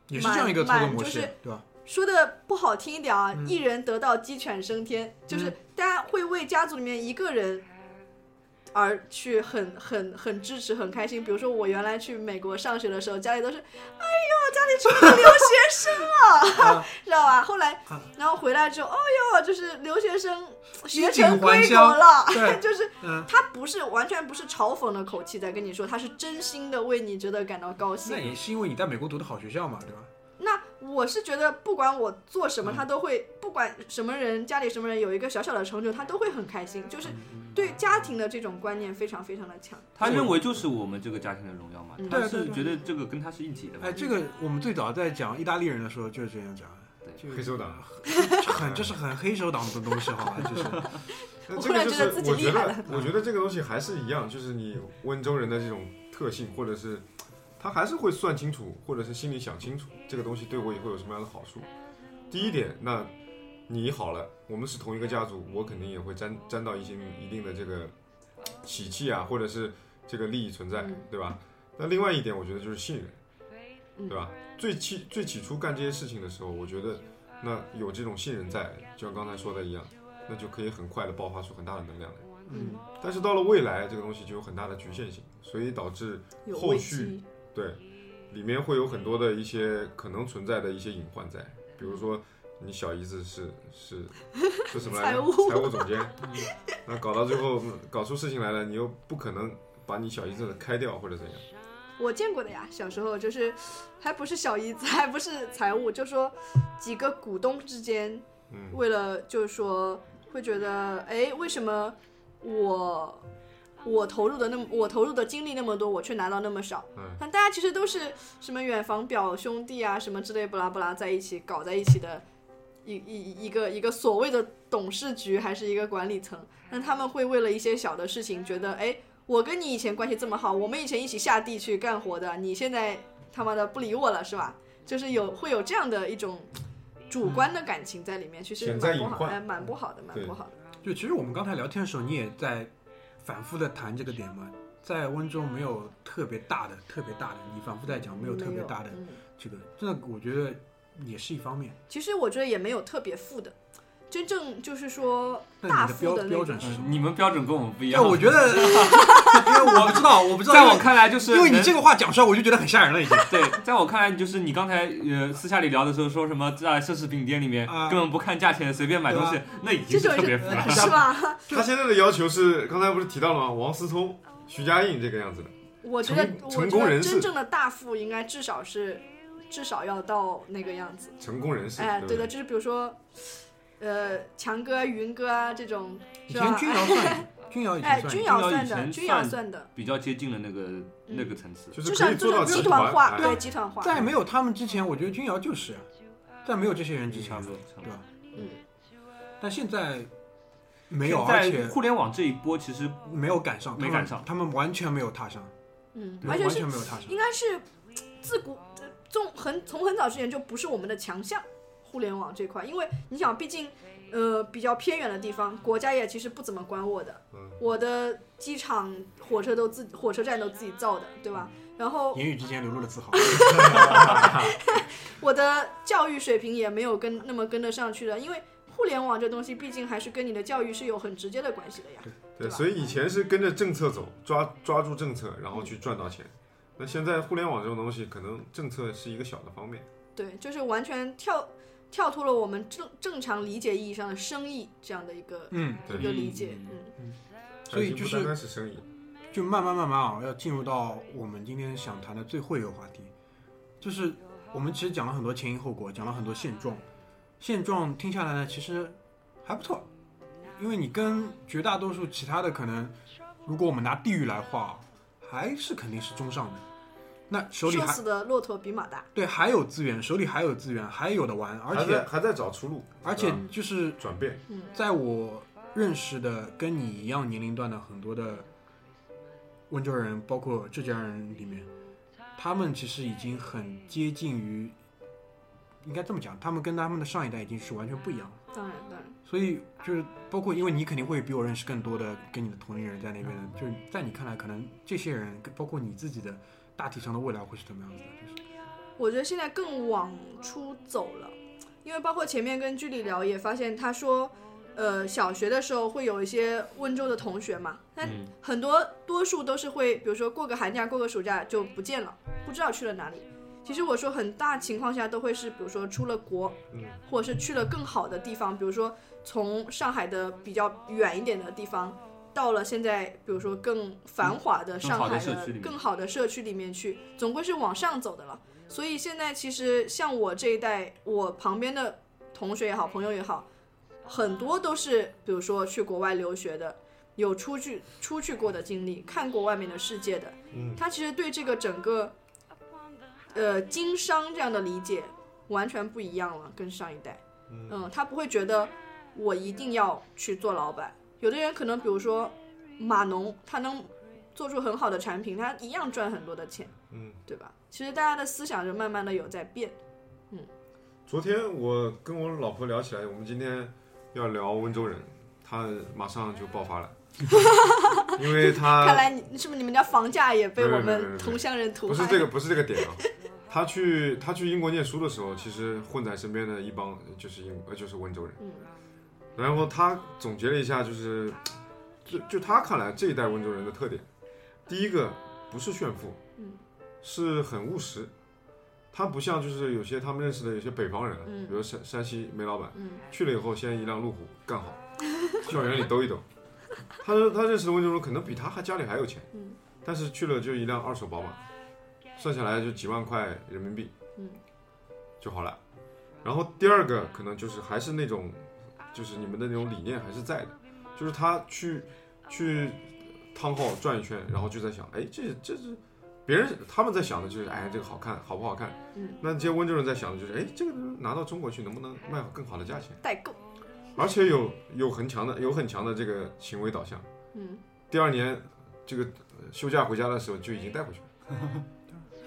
Speaker 1: 也是这样一个操
Speaker 4: 蛮
Speaker 1: 作
Speaker 4: 蛮
Speaker 1: 模
Speaker 4: 就
Speaker 1: 式
Speaker 4: 是，
Speaker 1: 对吧？
Speaker 4: 说的不好听一点啊，
Speaker 1: 嗯
Speaker 4: 一人得道鸡犬升天，就是大家会为家族里面一个人而去很很很支持很开心。比如说我原来去美国上学的时候，家里都是，哎呦，家里出了留学 生啊，知道吧？后来
Speaker 1: 啊
Speaker 4: 然后回来之后，哎呦，就是留学生学
Speaker 1: 衣锦
Speaker 4: 成
Speaker 1: 还
Speaker 4: 归国
Speaker 1: 乡
Speaker 4: 了，
Speaker 1: 对
Speaker 4: 就是
Speaker 1: 嗯，
Speaker 4: 他不是完全不是嘲讽的口气在跟你说，他是真心的为你觉得感到高兴
Speaker 1: 那。也是因为你在美国读的好学校嘛，对吧？
Speaker 4: 那我是觉得不管我做什
Speaker 2: 嗯
Speaker 4: 么，他都会不管什么人，家里什么人有一个小小的成就，他都会很开心，就是
Speaker 2: 嗯
Speaker 4: 对家庭的这种观念非常非常的强。
Speaker 3: 他认为就是我们这个家庭的荣耀嘛
Speaker 4: 嗯，
Speaker 3: 他
Speaker 1: 对啊对
Speaker 3: 是
Speaker 1: 对
Speaker 3: 觉得这个跟他是一体的嘛
Speaker 1: 哎，。这个我们最早在讲意大利人的时候就是这样讲的，
Speaker 3: 对
Speaker 1: 就
Speaker 2: 黑手党。
Speaker 1: 很这是很黑手党的东西，好吧？ 就是
Speaker 2: 那这
Speaker 4: 我忽
Speaker 2: 个
Speaker 4: 然
Speaker 2: 就
Speaker 4: 觉得
Speaker 2: 是
Speaker 4: 自己
Speaker 2: 我
Speaker 4: 厉
Speaker 2: 觉
Speaker 4: 害
Speaker 2: 得，我觉得这个东西还是一样，就是你温州人的这种特性，或者是他还是会算清楚，或者是心里想清楚这个东西对我以后有什么样的好处。第一点，那你好了，我们是同一个家族，我肯定也会沾沾到一些一定的这个喜气啊，或者是这个利益存在
Speaker 4: 嗯，
Speaker 2: 对吧？那另外一点，我觉得就是信任。
Speaker 4: 嗯
Speaker 2: 对吧？最起最起初干这些事情的时候，我觉得那有这种信任在，就像刚才说的一样，那就可以很快的爆发出很大的能量来。
Speaker 1: 嗯，
Speaker 2: 但是到了未来，这个东西就有很大的局限性，所以导致
Speaker 4: 有
Speaker 2: 后
Speaker 4: 危
Speaker 2: 续
Speaker 4: 机
Speaker 2: 对里面会有很多的一些可能存在的一些隐患在，比如说你小姨子是是是什么来
Speaker 4: 财
Speaker 2: 着？
Speaker 4: 务
Speaker 2: 财务总监，那搞到最后搞出事情来了，你又不可能把你小姨子开掉或者怎样。
Speaker 4: 我见过的呀，小时候就是，还不是小姨子，还不是财务，就说几个股东之间，
Speaker 2: 嗯
Speaker 4: 为了就是说会觉得，哎，为什么我我投入的那么，我投入的精力那么多，我却拿到那么少？
Speaker 2: 嗯，
Speaker 4: 但大家其实都是什么远房表兄弟啊，什么之类不拉不拉在一起搞在一起的一一一个一个所谓的董事局还是一个管理层，但他们会为了一些小的事情觉得，哎，我跟你以前关系这么好，我们以前一起下地去干活的，你现在他妈的不理我了是吧？就是有会有这样的一种主观的感情在里面，其实
Speaker 2: 潜在
Speaker 4: 蛮不
Speaker 2: 隐
Speaker 4: 好，
Speaker 2: 患
Speaker 4: 哎，蛮不好的，蛮
Speaker 2: 对
Speaker 4: 不好的。
Speaker 1: 就其实我们刚才聊天的时候，你也在反复的谈这个点嘛，在温州没有特别大的、特别大的，你反复在讲没有特别大的
Speaker 4: 嗯
Speaker 1: 这个，这我觉得也是一方面。
Speaker 4: 其实我觉得也没有特别富的，真正就是说
Speaker 1: 那
Speaker 4: 大
Speaker 1: 你的
Speaker 4: 富
Speaker 1: 标
Speaker 4: 的那
Speaker 1: 标
Speaker 4: 种
Speaker 1: 准是什
Speaker 3: 嗯
Speaker 1: 么？
Speaker 3: 你们标准跟我们不一
Speaker 1: 哎，
Speaker 3: 样。
Speaker 1: 我觉得， 因为我不知道，我不知道，
Speaker 3: 在我看来就是
Speaker 1: 因为你
Speaker 3: 能
Speaker 1: 这个话讲出来，我就觉得很吓人了，已经。
Speaker 3: 对，在我看来，就是你刚才呃私下里聊的时候说什么在奢侈品店里面
Speaker 1: 啊
Speaker 3: 根本不看价钱随便买东
Speaker 1: 对啊
Speaker 3: 西，那已
Speaker 4: 这
Speaker 3: 经是
Speaker 4: 种
Speaker 3: 特别
Speaker 4: 是
Speaker 1: 呃
Speaker 3: 富了。
Speaker 4: 是吧？
Speaker 2: 他现在的要求是，刚才不是提到了吗？王思聪、徐家印这个样子的，
Speaker 4: 我觉得
Speaker 2: 成，
Speaker 4: 我
Speaker 2: 成
Speaker 4: 觉
Speaker 2: 功
Speaker 4: 得
Speaker 2: 人士
Speaker 4: 真正的大富应该至少是，至少要到那个样子。
Speaker 2: 成功人士，
Speaker 4: 哎，
Speaker 2: 对
Speaker 4: 对
Speaker 2: 不
Speaker 4: 的，？就是比如说，呃，强哥啊、云哥啊这种，
Speaker 1: 以
Speaker 4: 是
Speaker 1: 前
Speaker 4: 吧？
Speaker 1: 君瑶 算，君瑶以
Speaker 4: 哎，
Speaker 1: 前算
Speaker 4: 君
Speaker 1: 一个，
Speaker 4: 瑶
Speaker 3: 瑶以
Speaker 4: 算的，
Speaker 3: 前
Speaker 4: 君瑶
Speaker 3: 算
Speaker 4: 算的，
Speaker 3: 比较接近了那个那个层次，
Speaker 2: 就是
Speaker 4: 至
Speaker 2: 可
Speaker 4: 少
Speaker 2: 以
Speaker 4: 就
Speaker 2: 做到
Speaker 4: 是集
Speaker 2: 集
Speaker 4: 团化，
Speaker 2: 哎
Speaker 4: 对集团化。
Speaker 1: 在没有他们之前，我觉得君瑶就是，啊在没有这些人之
Speaker 3: 嗯
Speaker 1: 前
Speaker 3: 差不，多，差
Speaker 1: 嗯
Speaker 3: 不
Speaker 1: 对
Speaker 3: 多
Speaker 1: 吧。？但现在没有，而
Speaker 3: 现在
Speaker 1: 且
Speaker 3: 互联网这一波其实
Speaker 1: 没有赶上，
Speaker 3: 没赶上
Speaker 1: 他们，他们完全没有踏上，
Speaker 4: 嗯，
Speaker 1: 对
Speaker 4: 而且
Speaker 1: 完
Speaker 4: 是
Speaker 1: 全没有踏上
Speaker 4: 应。该是自古呃从很从很早之前就不是我们的强项，互联网这块，因为你想，毕竟呃比较偏远的地方，国家也其实不怎么管我的，
Speaker 2: 嗯，
Speaker 4: 我的机场、火车都自火车站都自己造的，对吧？
Speaker 2: 嗯
Speaker 4: 然后
Speaker 1: 言语之间流露了自豪。
Speaker 4: 我的教育水平也没有跟那么跟得上去了，因为互联网这东西毕竟还是跟你的教育是有很直接的关系的呀。对
Speaker 2: 对，
Speaker 4: 吧
Speaker 2: 所以以前是跟着政策走，抓抓住政策，然后去赚到钱。那现在互联网这种东西，可能政策是一个小的方面，
Speaker 4: 对，就是完全跳跳脱了我们正正常理解意义上的生意这样的一个、
Speaker 1: 嗯，
Speaker 2: 对
Speaker 4: 一个理解，
Speaker 3: 嗯
Speaker 4: 嗯
Speaker 1: 所以就
Speaker 2: 而且不单
Speaker 1: 是
Speaker 2: 单是生意，
Speaker 1: 就慢慢慢慢啊，要进入到我们今天想谈的最后一个话题，就是我们其实讲了很多前因后果，讲了很多现状，现状听下来呢，其实还不错，因为你跟绝大多数其他的可能，如果我们拿地域来划，还是肯定是中上的。那手里
Speaker 4: 说
Speaker 1: 还
Speaker 4: 死的骆驼比马大。
Speaker 1: 对还有资源，手里还有资源，还有的玩，而
Speaker 2: 还在
Speaker 1: 且
Speaker 2: 还在找出路，
Speaker 1: 而且
Speaker 2: 对吧
Speaker 1: 就是
Speaker 2: 转变，
Speaker 4: 嗯，
Speaker 1: 在我认识的跟你一样年龄段的很多的温州人，包括浙江人里面，他们其实已经很接近于，应该这么讲，他们跟他们的上一代已经是完全不一样了。
Speaker 4: 当然当然，
Speaker 1: 所以就是包括，因为你肯定会比我认识更多的跟你的同龄人在那边的，就是在你看来，可能这些人包括你自己的大体上的未来会是怎么样子的？就是
Speaker 4: 我觉得现在更往出走了，因为包括前面跟居里聊也发现，他说，呃，小学的时候会有一些温州的同学嘛，但
Speaker 3: 嗯
Speaker 4: 很多多数都是会，比如说过个寒假、过个暑假就不见了，不知道去了哪里。其实我说很大情况下都会是，比如说出了国，
Speaker 2: 嗯，
Speaker 4: 或者是去了更好的地方，比如说从上海的比较远一点的地方，到了现在，比如说更繁华的上海
Speaker 3: 嗯更好的社区里面
Speaker 4: 更好的社区里面去，总归是往上走的了。所以现在其实像我这一代，我旁边的同学也好，朋友也好，很多都是比如说去国外留学的，有出去出去过的经历，看过外面的世界的，
Speaker 2: 嗯
Speaker 4: 他其实对这个整个呃经商这样的理解完全不一样了，跟上一代。
Speaker 2: 嗯
Speaker 4: 嗯，他不会觉得我一定要去做老板。有的人可能，比如说码农，他能做出很好的产品，他一样赚很多的钱，
Speaker 2: 嗯。
Speaker 4: 对吧？其实大家的思想就慢慢的有在变。
Speaker 2: 昨天我跟我老婆聊起来，我们今天要聊温州人，她马上就爆发 了，因为她
Speaker 4: 看来你是不是你们家房价也被
Speaker 2: 啊没有
Speaker 4: 我
Speaker 2: 没有没有没
Speaker 4: 们
Speaker 2: 有
Speaker 4: 同乡人屠
Speaker 2: 不
Speaker 4: 害？
Speaker 2: 是这个，不是这个点啊。他去他去英国念书的时候，其实混在身边的一帮就是英呃就是温州人。
Speaker 4: 嗯
Speaker 2: 然后他总结了一下，就是就就他看来这一代温州人的特点，第一个不是炫富，
Speaker 4: 嗯
Speaker 2: 是很务实。他不像就是有些他们认识的有些北方人，
Speaker 4: 嗯
Speaker 2: 比如山山西煤老板，
Speaker 4: 嗯
Speaker 2: 去了以后先一辆路虎干好，校园里兜一兜。他说他认识的温州人可能比他还家里还有钱，
Speaker 4: 嗯
Speaker 2: 但是去了就一辆二手宝马，算下来就几万块人民币，
Speaker 4: 嗯，
Speaker 2: 就好了。然后第二个可能就是还是那种，就是你们的那种理念还是在的，就是他去去汤号转一圈，然后就在想，哎，这这是别人他们在想的就是，哎，这个好看好不好看？
Speaker 4: 嗯，
Speaker 2: 那这些温州人在想的就是，哎，这个拿到中国去能不能卖更好的价钱？
Speaker 4: 代购，
Speaker 2: 而且有有很强的有很强的这个行为导向。
Speaker 4: 嗯，
Speaker 2: 第二年这个呃休假回家的时候就已经带回去了，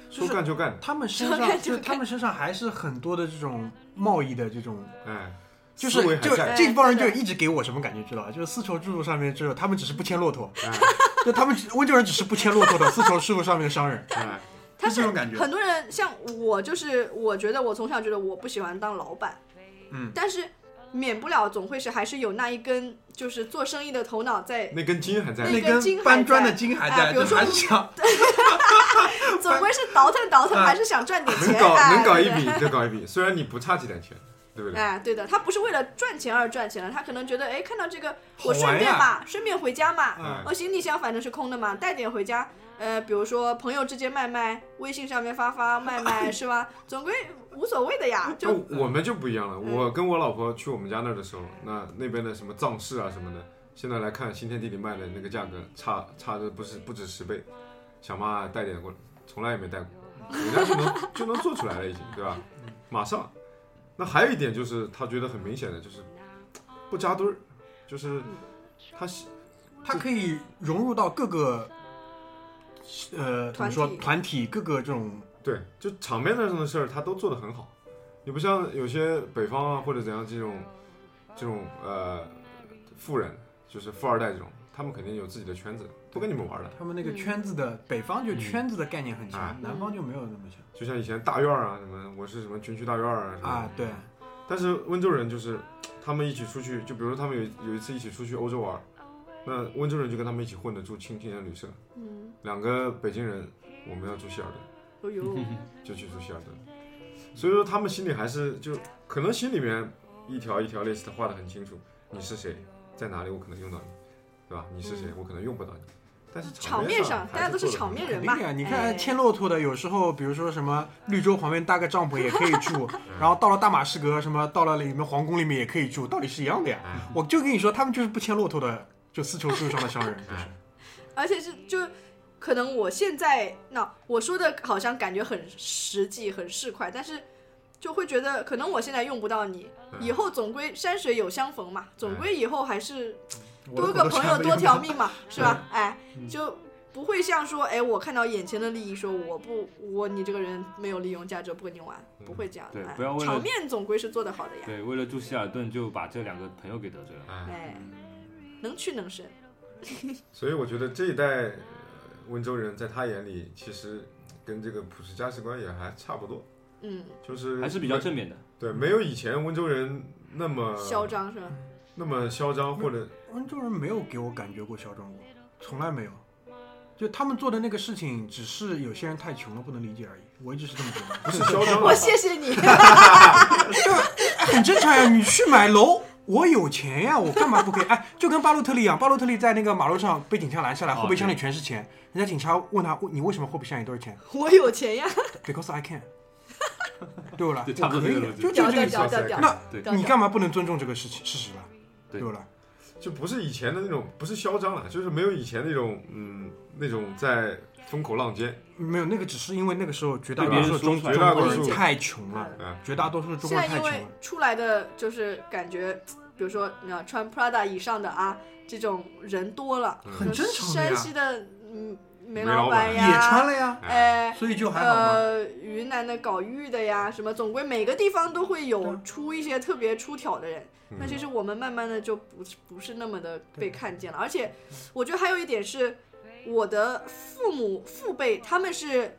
Speaker 2: 说干就干，
Speaker 1: 他们身
Speaker 4: 说
Speaker 1: 上
Speaker 4: 干就
Speaker 1: 就是他
Speaker 4: 干
Speaker 1: 们身上还是很多的这种贸易的这种，
Speaker 2: 哎，
Speaker 1: 就
Speaker 2: 思
Speaker 1: 是
Speaker 2: 维还
Speaker 1: 就
Speaker 4: 哎
Speaker 2: 在，
Speaker 1: 这帮人
Speaker 4: 对
Speaker 1: 就一直给我什么感觉知道吧？就是丝绸之路上面只有他们只是不牵骆驼，
Speaker 2: 哎
Speaker 1: 就他们只温州人只是不牵骆驼的丝绸之路上面的商 人，
Speaker 2: 哎，
Speaker 4: 他
Speaker 1: 就这种感觉
Speaker 4: 很多人像我，就是我觉得我从小觉得我不喜欢当老板，
Speaker 1: 嗯
Speaker 4: 但是免不了总会是还是有那一根就是做生意的头脑在
Speaker 2: 那根筋还
Speaker 4: 那
Speaker 2: 在，
Speaker 4: 根筋
Speaker 1: 根
Speaker 4: 还
Speaker 1: 搬砖
Speaker 4: 在
Speaker 1: 的筋还
Speaker 4: 哎
Speaker 1: 在，
Speaker 4: 比如
Speaker 1: 就
Speaker 4: 说
Speaker 1: 还是想
Speaker 4: 总归是倒腾倒腾，
Speaker 1: 啊
Speaker 4: 还是想赚点钱，
Speaker 2: 能搞
Speaker 4: 哎
Speaker 2: 能搞一
Speaker 4: 对
Speaker 2: 笔再搞一笔，虽然你不差几点钱，对不对？
Speaker 4: 哎，对的，他不是为了赚钱而赚钱的，他可能觉得，哎，看到这个，
Speaker 1: 好
Speaker 4: 我
Speaker 1: 玩
Speaker 4: 顺便
Speaker 1: 呀
Speaker 4: 嘛，顺便回家嘛，
Speaker 2: 哎
Speaker 4: 我行李箱反正是空的嘛，带点回家。呃，比如说朋友之间卖卖，微信上面发发卖 卖，是吧？总归无所谓的呀，
Speaker 2: 那
Speaker 4: 就
Speaker 2: 我们就不一样了，
Speaker 4: 嗯
Speaker 2: 我跟我老婆去我们家那儿的时候，那那边的什么藏式啊什么的，现在来看新天地里卖的那个价格差差的不是不止十倍，想嘛带点过来，从来也没带过，人家就能就能做出来了已经，对吧？马上。那还有一点就是他觉得很明显的就是不扎堆儿，就是他喜
Speaker 1: 他可以融入到各个呃怎么说
Speaker 4: 团体
Speaker 1: 团体各个这种
Speaker 2: 对，就场面上的事儿，他都做得很好。你不像有些北方啊或者怎样这种，这种呃富人，就是富二代这种，他们肯定有自己的圈子，不跟你们玩了。
Speaker 1: 他们那个
Speaker 4: 嗯
Speaker 1: 圈子的北方就
Speaker 2: 嗯
Speaker 1: 圈子的概念很强
Speaker 2: 啊，
Speaker 1: 南方就没有那么强
Speaker 2: 就像以前大院儿啊，什么我是什么军区大院儿啊什么的
Speaker 1: 啊。对，
Speaker 2: 但是温州人就是他们一起出去，就比如说他们有一有一次一起出去欧洲玩儿，那温州人就跟他们一起混的住青青年旅社，
Speaker 4: 嗯，
Speaker 2: 两个北京人，我们要住希尔顿。
Speaker 4: 哦 呦，
Speaker 2: 就去住希尔顿。所以说他们心里还是就可能心里面一条一条 list 画的很清楚，你是谁，在哪里，我可能用到你，对吧？你是谁，我可能用不到你。但是
Speaker 4: 嗯场
Speaker 2: 面
Speaker 4: 面上大家都是场面人
Speaker 1: 肯
Speaker 4: 嘛
Speaker 1: 定的呀。，你
Speaker 4: 哎
Speaker 1: 看牵骆驼的，有时候比如说什么绿洲旁边搭个帐篷也可以 住，然后到了大马士革什么到了里面皇宫里面也可以住，道理是一样的呀。
Speaker 2: 哎
Speaker 1: 我就跟你说，他们就是不牵骆驼的，就丝绸之路上的 商人，就是
Speaker 2: 哎
Speaker 4: 而且是就可能我现在那我说的好像感觉很实际很市侩，但是就会觉得可能我现在用不到你，
Speaker 2: 嗯
Speaker 4: 以后总归山水有相逢
Speaker 3: 嗯
Speaker 4: 嘛，总归以后还是
Speaker 1: 我
Speaker 4: 多
Speaker 1: 的
Speaker 4: 个
Speaker 1: 口头
Speaker 4: 朋
Speaker 1: 禅
Speaker 4: 友
Speaker 1: 都
Speaker 4: 多
Speaker 1: 用
Speaker 4: 条
Speaker 1: 到
Speaker 4: 命嘛， 是
Speaker 3: 嗯
Speaker 4: 吧？哎，就不会像说哎我看到眼前的利益，说我不我你这个人没有利用价值，我不跟你玩，
Speaker 2: 嗯
Speaker 4: 不会这样的。
Speaker 3: 对
Speaker 4: 哎
Speaker 3: 不要为了
Speaker 4: 场面总归是做得好的呀，
Speaker 3: 对，为了住希尔顿就把这两个朋友给得罪了。
Speaker 2: 哎，
Speaker 4: 哎，
Speaker 3: 嗯
Speaker 4: 能屈能伸，
Speaker 2: 所以我觉得这一代呃温州人在他眼里其实跟这个普世价值观也还差不多，
Speaker 4: 嗯，
Speaker 2: 就是
Speaker 3: 还是比较正面的，
Speaker 2: 对，没有以前温州人那
Speaker 3: 呃
Speaker 2: 么
Speaker 4: 嚣，张是吧？
Speaker 2: 那么嚣张或 者
Speaker 1: 温州人没有给我感觉过嚣张过，从来没有。就他们做的那个事情，只是有些人太穷了不能理解而已。我一直是这么觉得，
Speaker 2: 不是嚣张
Speaker 4: 我
Speaker 2: 啊，
Speaker 4: 谢谢你。
Speaker 1: 很正常呀。你去买楼，我有钱呀，我干嘛不可以？哎，就跟巴洛特利一样，巴洛特利在那个马路上被警察拦下来，
Speaker 3: 哦
Speaker 1: 后备箱里全是钱，人家警察问他，你为什么后备箱里都是钱
Speaker 4: 我有钱呀，
Speaker 1: ？Because I can。对我来，
Speaker 3: 对差不
Speaker 1: 我可
Speaker 3: 多
Speaker 1: 以
Speaker 3: 这个
Speaker 1: 啊
Speaker 3: 逻辑
Speaker 1: 就就
Speaker 4: 屌
Speaker 1: 这个意
Speaker 4: 屌屌
Speaker 1: 思。
Speaker 4: 屌屌，
Speaker 1: 那
Speaker 3: 对
Speaker 4: 屌
Speaker 1: 你
Speaker 4: 屌
Speaker 1: 干嘛不能尊重这个事情事实了？
Speaker 3: 对
Speaker 1: 对我来，
Speaker 2: 就不是以前的那种，不是嚣张了，就是没有以前那种，嗯，那种在风口浪尖。
Speaker 1: 没有那个，只是因为那个时候绝大
Speaker 3: 对
Speaker 1: 多
Speaker 3: 别人
Speaker 1: 数中
Speaker 3: 说
Speaker 1: 中
Speaker 2: 出来
Speaker 1: 国
Speaker 2: 绝大多
Speaker 1: 人
Speaker 2: 数
Speaker 1: 太穷了，
Speaker 2: 嗯，
Speaker 1: 绝大多数中
Speaker 4: 现
Speaker 1: 国
Speaker 4: 在
Speaker 1: 人太
Speaker 4: 因
Speaker 1: 穷
Speaker 4: 为
Speaker 1: 了。
Speaker 4: 出来的就是感觉，比如说你知道穿 Prada 以上的啊，这种人多了，
Speaker 2: 嗯
Speaker 1: 很正常的呀
Speaker 4: 山西的嗯煤
Speaker 2: 煤老
Speaker 4: 板
Speaker 2: 板
Speaker 1: 也
Speaker 4: 呀，
Speaker 1: 穿了呀，
Speaker 4: 哎。
Speaker 1: 所以就还好嘛。
Speaker 4: 呃，云南的搞玉的呀，什么总归每个地方都会有出一些特别出挑的人。
Speaker 2: 嗯
Speaker 4: 那其实我们慢慢的就不是不是那么的被看
Speaker 1: 嗯
Speaker 4: 见了，而且我觉得还有一点是，我的父母父辈他们是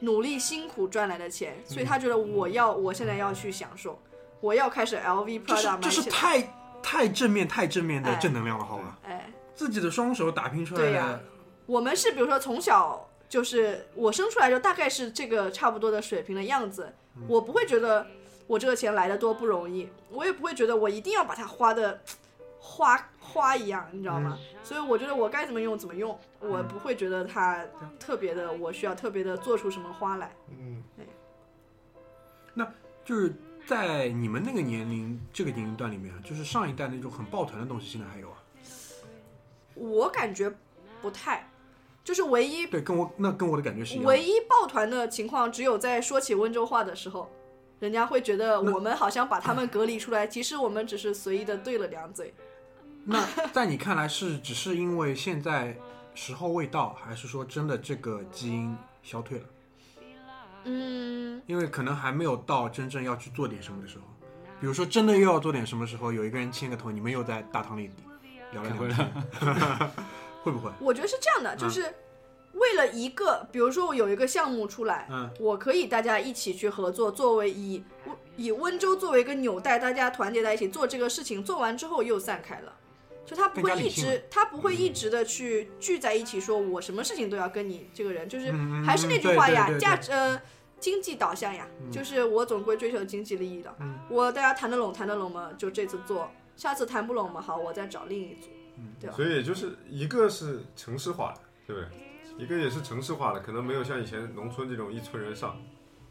Speaker 4: 努力辛苦赚来的钱，所以他觉得我要我现在要去享受，我要开始 LV
Speaker 1: 这是
Speaker 4: Prada 买
Speaker 1: 这是
Speaker 4: 起来，
Speaker 1: 太太正面太正面的
Speaker 4: 哎
Speaker 1: 正能量了，好吧？
Speaker 4: 哎，
Speaker 1: 自己的双手打拼出来
Speaker 4: 对呀
Speaker 1: 的，
Speaker 4: 我们是比如说从小就是我生出来就大概是这个差不多的水平的样子，我不会觉得我这个钱来的多不容易，我也不会觉得我一定要把它花的花花一样，你知道吗？所以我觉得我该怎么用怎么用，我不会觉得它特别的，我需要特别的做出什么花来。
Speaker 2: 嗯，
Speaker 1: 就是在你们那个年龄这个年龄段里面，就是上一代那种很抱团的东西，现在还有啊？
Speaker 4: 我感觉不太，就是唯一
Speaker 1: 对，跟我那跟我的感觉是一样的。
Speaker 4: 唯一抱团的情况，只有在说起温州话的时候，人家会觉得我们好像把他们隔离出来，其实我们只是随意的对了两嘴。
Speaker 1: 那在你看来是只是因为现在时候未到，还是说真的这个基因消退了？
Speaker 4: 嗯，
Speaker 1: 因为可能还没有到真正要去做点什么的时候，比如说真的又要做点什么时候，有一个人牵个头，你们又在大堂里聊了
Speaker 3: 开会
Speaker 1: 两
Speaker 3: 了
Speaker 1: 天， 会不会？
Speaker 4: 我觉得是这
Speaker 1: 嗯
Speaker 4: 样的，就是为了一个，比如说我有一个项目出来，
Speaker 1: 嗯
Speaker 4: 我可以大家一起去合作，作为以以温州作为一个纽带，大家团结在一起做这个事情，做完之后又散开了。就他不
Speaker 1: 更加
Speaker 4: 会
Speaker 1: 理
Speaker 4: 一
Speaker 1: 性了嗯
Speaker 4: 直，他不会一直的去聚在一起，说我什么事情都要跟你这个人，就是
Speaker 1: 嗯嗯
Speaker 4: 还是那
Speaker 1: 嗯
Speaker 4: 句
Speaker 1: 对
Speaker 4: 话
Speaker 1: 对
Speaker 4: 呀，
Speaker 1: 对对
Speaker 4: 价值呃经济导向呀，就是我总归追求经济利益的。
Speaker 1: 嗯
Speaker 4: 我大家谈得拢谈得拢嘛，就这次做，下次谈不拢嘛，好，我再找另一组。啊
Speaker 2: 所以也就是一个是城市化了，对不对？一个也是城市化了，可能没有像以前农村这种一村人上，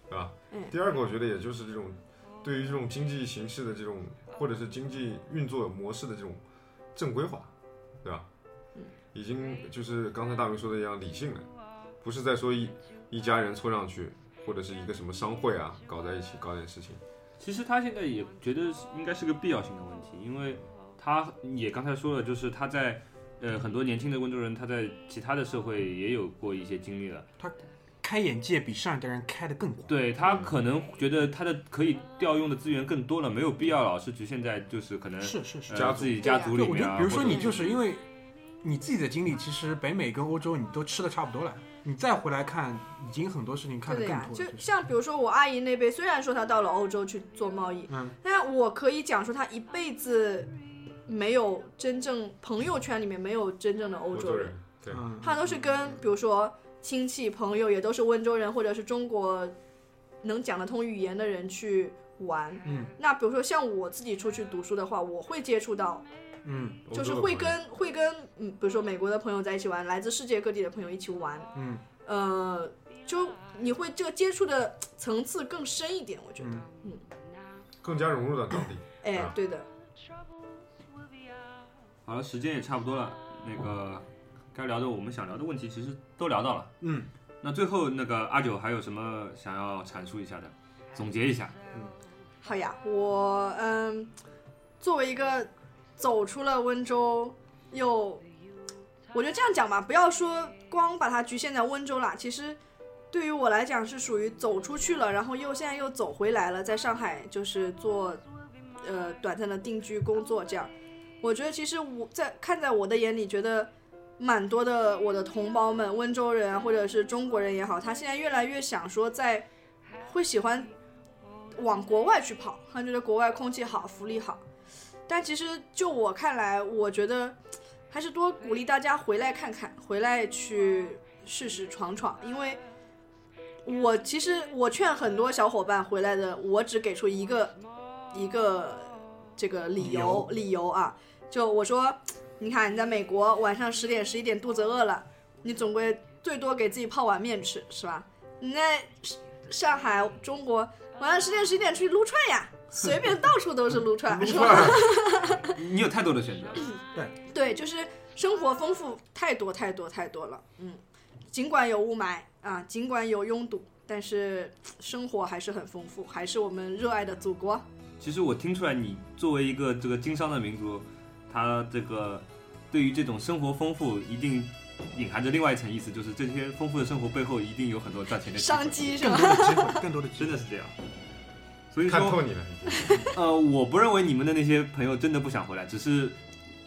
Speaker 2: 对吧？
Speaker 4: 嗯
Speaker 2: 第二个，我觉得也就是这种对于这种经济形势的这种，或者是经济运作模式的这种正规化，对吧？
Speaker 4: 嗯
Speaker 2: 已经就是刚才大明说的一样理性了，不是在说一一家人凑上去，或者是一个什么商会啊搞在一起搞点事情。
Speaker 3: 其实他现在也觉得应该是个必要性的问题，因为他也刚才说了，就是他在呃很多年轻的温州人，他在其他的社会也有过一些经历了。
Speaker 1: 开眼界比上一代人开得更广。
Speaker 3: 对他可能觉得他的可以调用的资源更多了，没有必要老是局限在就是可能
Speaker 1: 是是是
Speaker 3: 呃。
Speaker 2: 家族
Speaker 3: 自己家族
Speaker 1: 对，
Speaker 3: 里
Speaker 1: 我觉
Speaker 3: 面
Speaker 1: 得
Speaker 3: 啊，
Speaker 1: 比如说
Speaker 3: 或者
Speaker 1: 你就是因为你自己的经历，其实北美跟欧洲你都吃的差不多了，你再回来看，已经很多事情看得
Speaker 4: 对
Speaker 1: 更
Speaker 4: 的呀，
Speaker 1: 多
Speaker 4: 就
Speaker 1: 了。就是
Speaker 4: 像比如说我阿姨那辈，虽然说她到了欧洲去做贸易，
Speaker 1: 嗯，
Speaker 4: 但我可以讲说她一辈子没有真正朋友圈里面没有真正的欧
Speaker 2: 欧
Speaker 4: 洲
Speaker 2: 洲
Speaker 4: 人，
Speaker 2: 人，对，
Speaker 1: 嗯，
Speaker 4: 她都是跟比如说亲戚朋友也都是温州人或者是中国能讲得通语言的人去玩。
Speaker 1: 嗯，
Speaker 4: 那比如说像我自己出去读书的话，我会接触到，
Speaker 1: 嗯
Speaker 2: 欧洲
Speaker 4: 就是
Speaker 2: 的
Speaker 4: 会
Speaker 2: 朋友
Speaker 4: 跟会跟嗯，比如说美国的朋友在一起玩，来自世界各地的朋友一起玩。
Speaker 1: 嗯
Speaker 4: 呃，就你会这个接触的层次更深一点，我觉得。
Speaker 1: 嗯，
Speaker 2: 更加融入到当地。
Speaker 4: 哎
Speaker 2: 啊，
Speaker 4: 对的，
Speaker 3: 好了，时间也差不多了，那个该聊的我们想聊的问题其实都聊到了。
Speaker 1: 嗯，
Speaker 3: 那最后那个阿九还有什么想要阐述一下的，总结一下？
Speaker 4: 好呀，我嗯，作为一个走出了温州，又我觉得这样讲吧，不要说光把它局限在温州啦，其实。对于我来讲是属于走出去了，然后又现在又走回来了，在上海就是做，呃，短暂的定居工作这样。我觉得其实我在看在我的眼里，觉得蛮多的我的同胞们，温州人啊或者是中国人也好，他现在越来越想说在会喜欢往国外去跑，他觉得国外空气好，福利好。但其实就我看来，我觉得还是多鼓励大家回来看看，回来去试试闯闯，因为。我其实我劝很多小伙伴回来的，我只给出一个一个这个理由理由啊，就我说，你看你在美国晚上十点十一点肚子饿了，你总归最多给自己泡碗面吃是吧？你在上海中国晚上十点十一点出去撸串 呀，随便到处都是撸串，是吧？
Speaker 2: 串
Speaker 3: 你有太多的选择，
Speaker 4: 对，就是生活丰富太多太多太多了。嗯，尽管有雾霾啊，尽管有拥堵，但是生活还是很丰富，还是我们热爱的祖国。
Speaker 3: 其实我听出来，你作为一个这个经商的民族，它这个对于这种生活丰富，一定隐含着另外一层意思，就是这些丰富的生活背后一定有很多赚钱的机会
Speaker 4: 商，机是
Speaker 1: 更
Speaker 4: 吧？
Speaker 1: 多的机会，更多的机
Speaker 3: 真
Speaker 1: 会
Speaker 3: 的。是这样。所以
Speaker 2: 看透
Speaker 3: 说，
Speaker 2: 你了，
Speaker 3: 呃，我不认为你们的那些朋友真的不想回来，只是，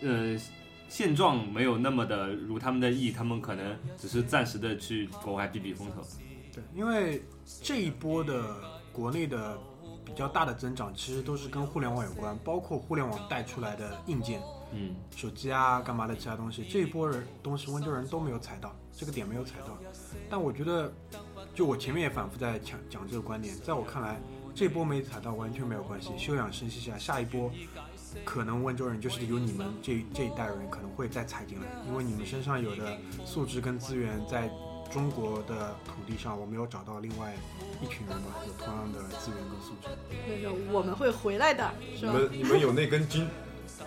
Speaker 3: 呃，现状没有那么的如他们的意，他们可能只是暂时的去国外避避风头。
Speaker 1: 对，因为这一波的国内的比较大的增长，其实都是跟互联网有关，包括互联网带出来的硬件，
Speaker 3: 嗯，
Speaker 1: 手机啊干嘛的其他东西，这一波人东西温州人都没有踩到，这个点没有踩到。但我觉得，就我前面也反复在讲讲这个观点，在我看来，这波没踩到完全没有关系，休养生息一下，下一波可能温州人就是有你们这这一代人可能会再踩进来，因为你们身上有的素质跟资源在。中国的土地上，我没有找到另外一群人吧，有同样的资源跟素质。
Speaker 4: 就是我们会回来的，是
Speaker 2: 你
Speaker 4: 吧？
Speaker 2: 们你们有那根筋，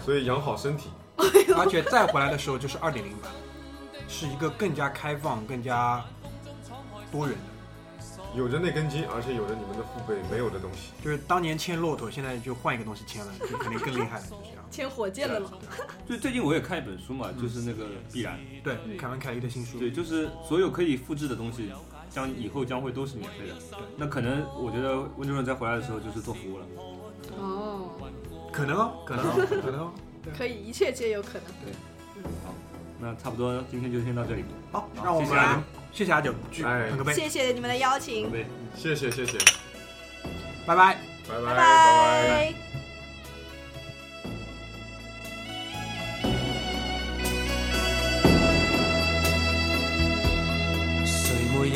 Speaker 2: 所以养好身体。
Speaker 1: 而且再回来的时候就是二点零版，是一个更加开放、更加多元的。
Speaker 2: 有着那根筋，而且有着你们的父辈没有的东西。
Speaker 1: 就是当年牵骆驼，现在就换一个东西牵了，就肯定更厉害了，就是这样。
Speaker 4: 牵火箭的了，
Speaker 3: 就最近我也看一本书嘛，就是那个必然，
Speaker 1: 对，凯文凯利的新书，
Speaker 3: 对，就是所有可以复制的东西，将以后将会都是免费的。那可能我觉得温州人在回来的时候就是做服务了。
Speaker 4: 哦，
Speaker 1: 可能哦，可能哦，可能哦。
Speaker 4: 可以，一切皆有可能。
Speaker 3: 那差不多今天就先到这里，
Speaker 1: 好，让我
Speaker 3: 谢谢啊
Speaker 1: 们谢谢阿九，去
Speaker 2: 哎
Speaker 1: 捧个杯，
Speaker 4: 谢谢你们的邀请
Speaker 3: 宝，贝。
Speaker 2: 谢谢谢谢，
Speaker 1: 拜拜。
Speaker 2: 拜拜
Speaker 4: 拜
Speaker 2: 拜拜。
Speaker 4: 拜。
Speaker 6: 谁没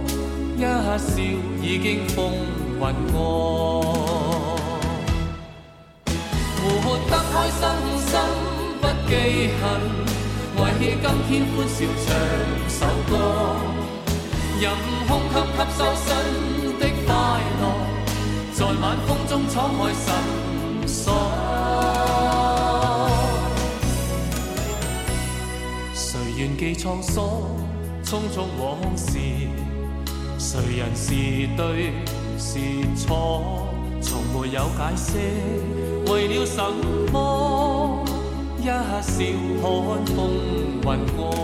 Speaker 6: 一笑已經風雲過。活得開心，心不記恨，為今天歡笑唱首歌，任空吸吸收新的快樂，在晚風中敞開心鎖。誰願記創鎖，匆匆往事。誰人是對是錯，從沒有解釋，為了什麼？一笑看風雲過。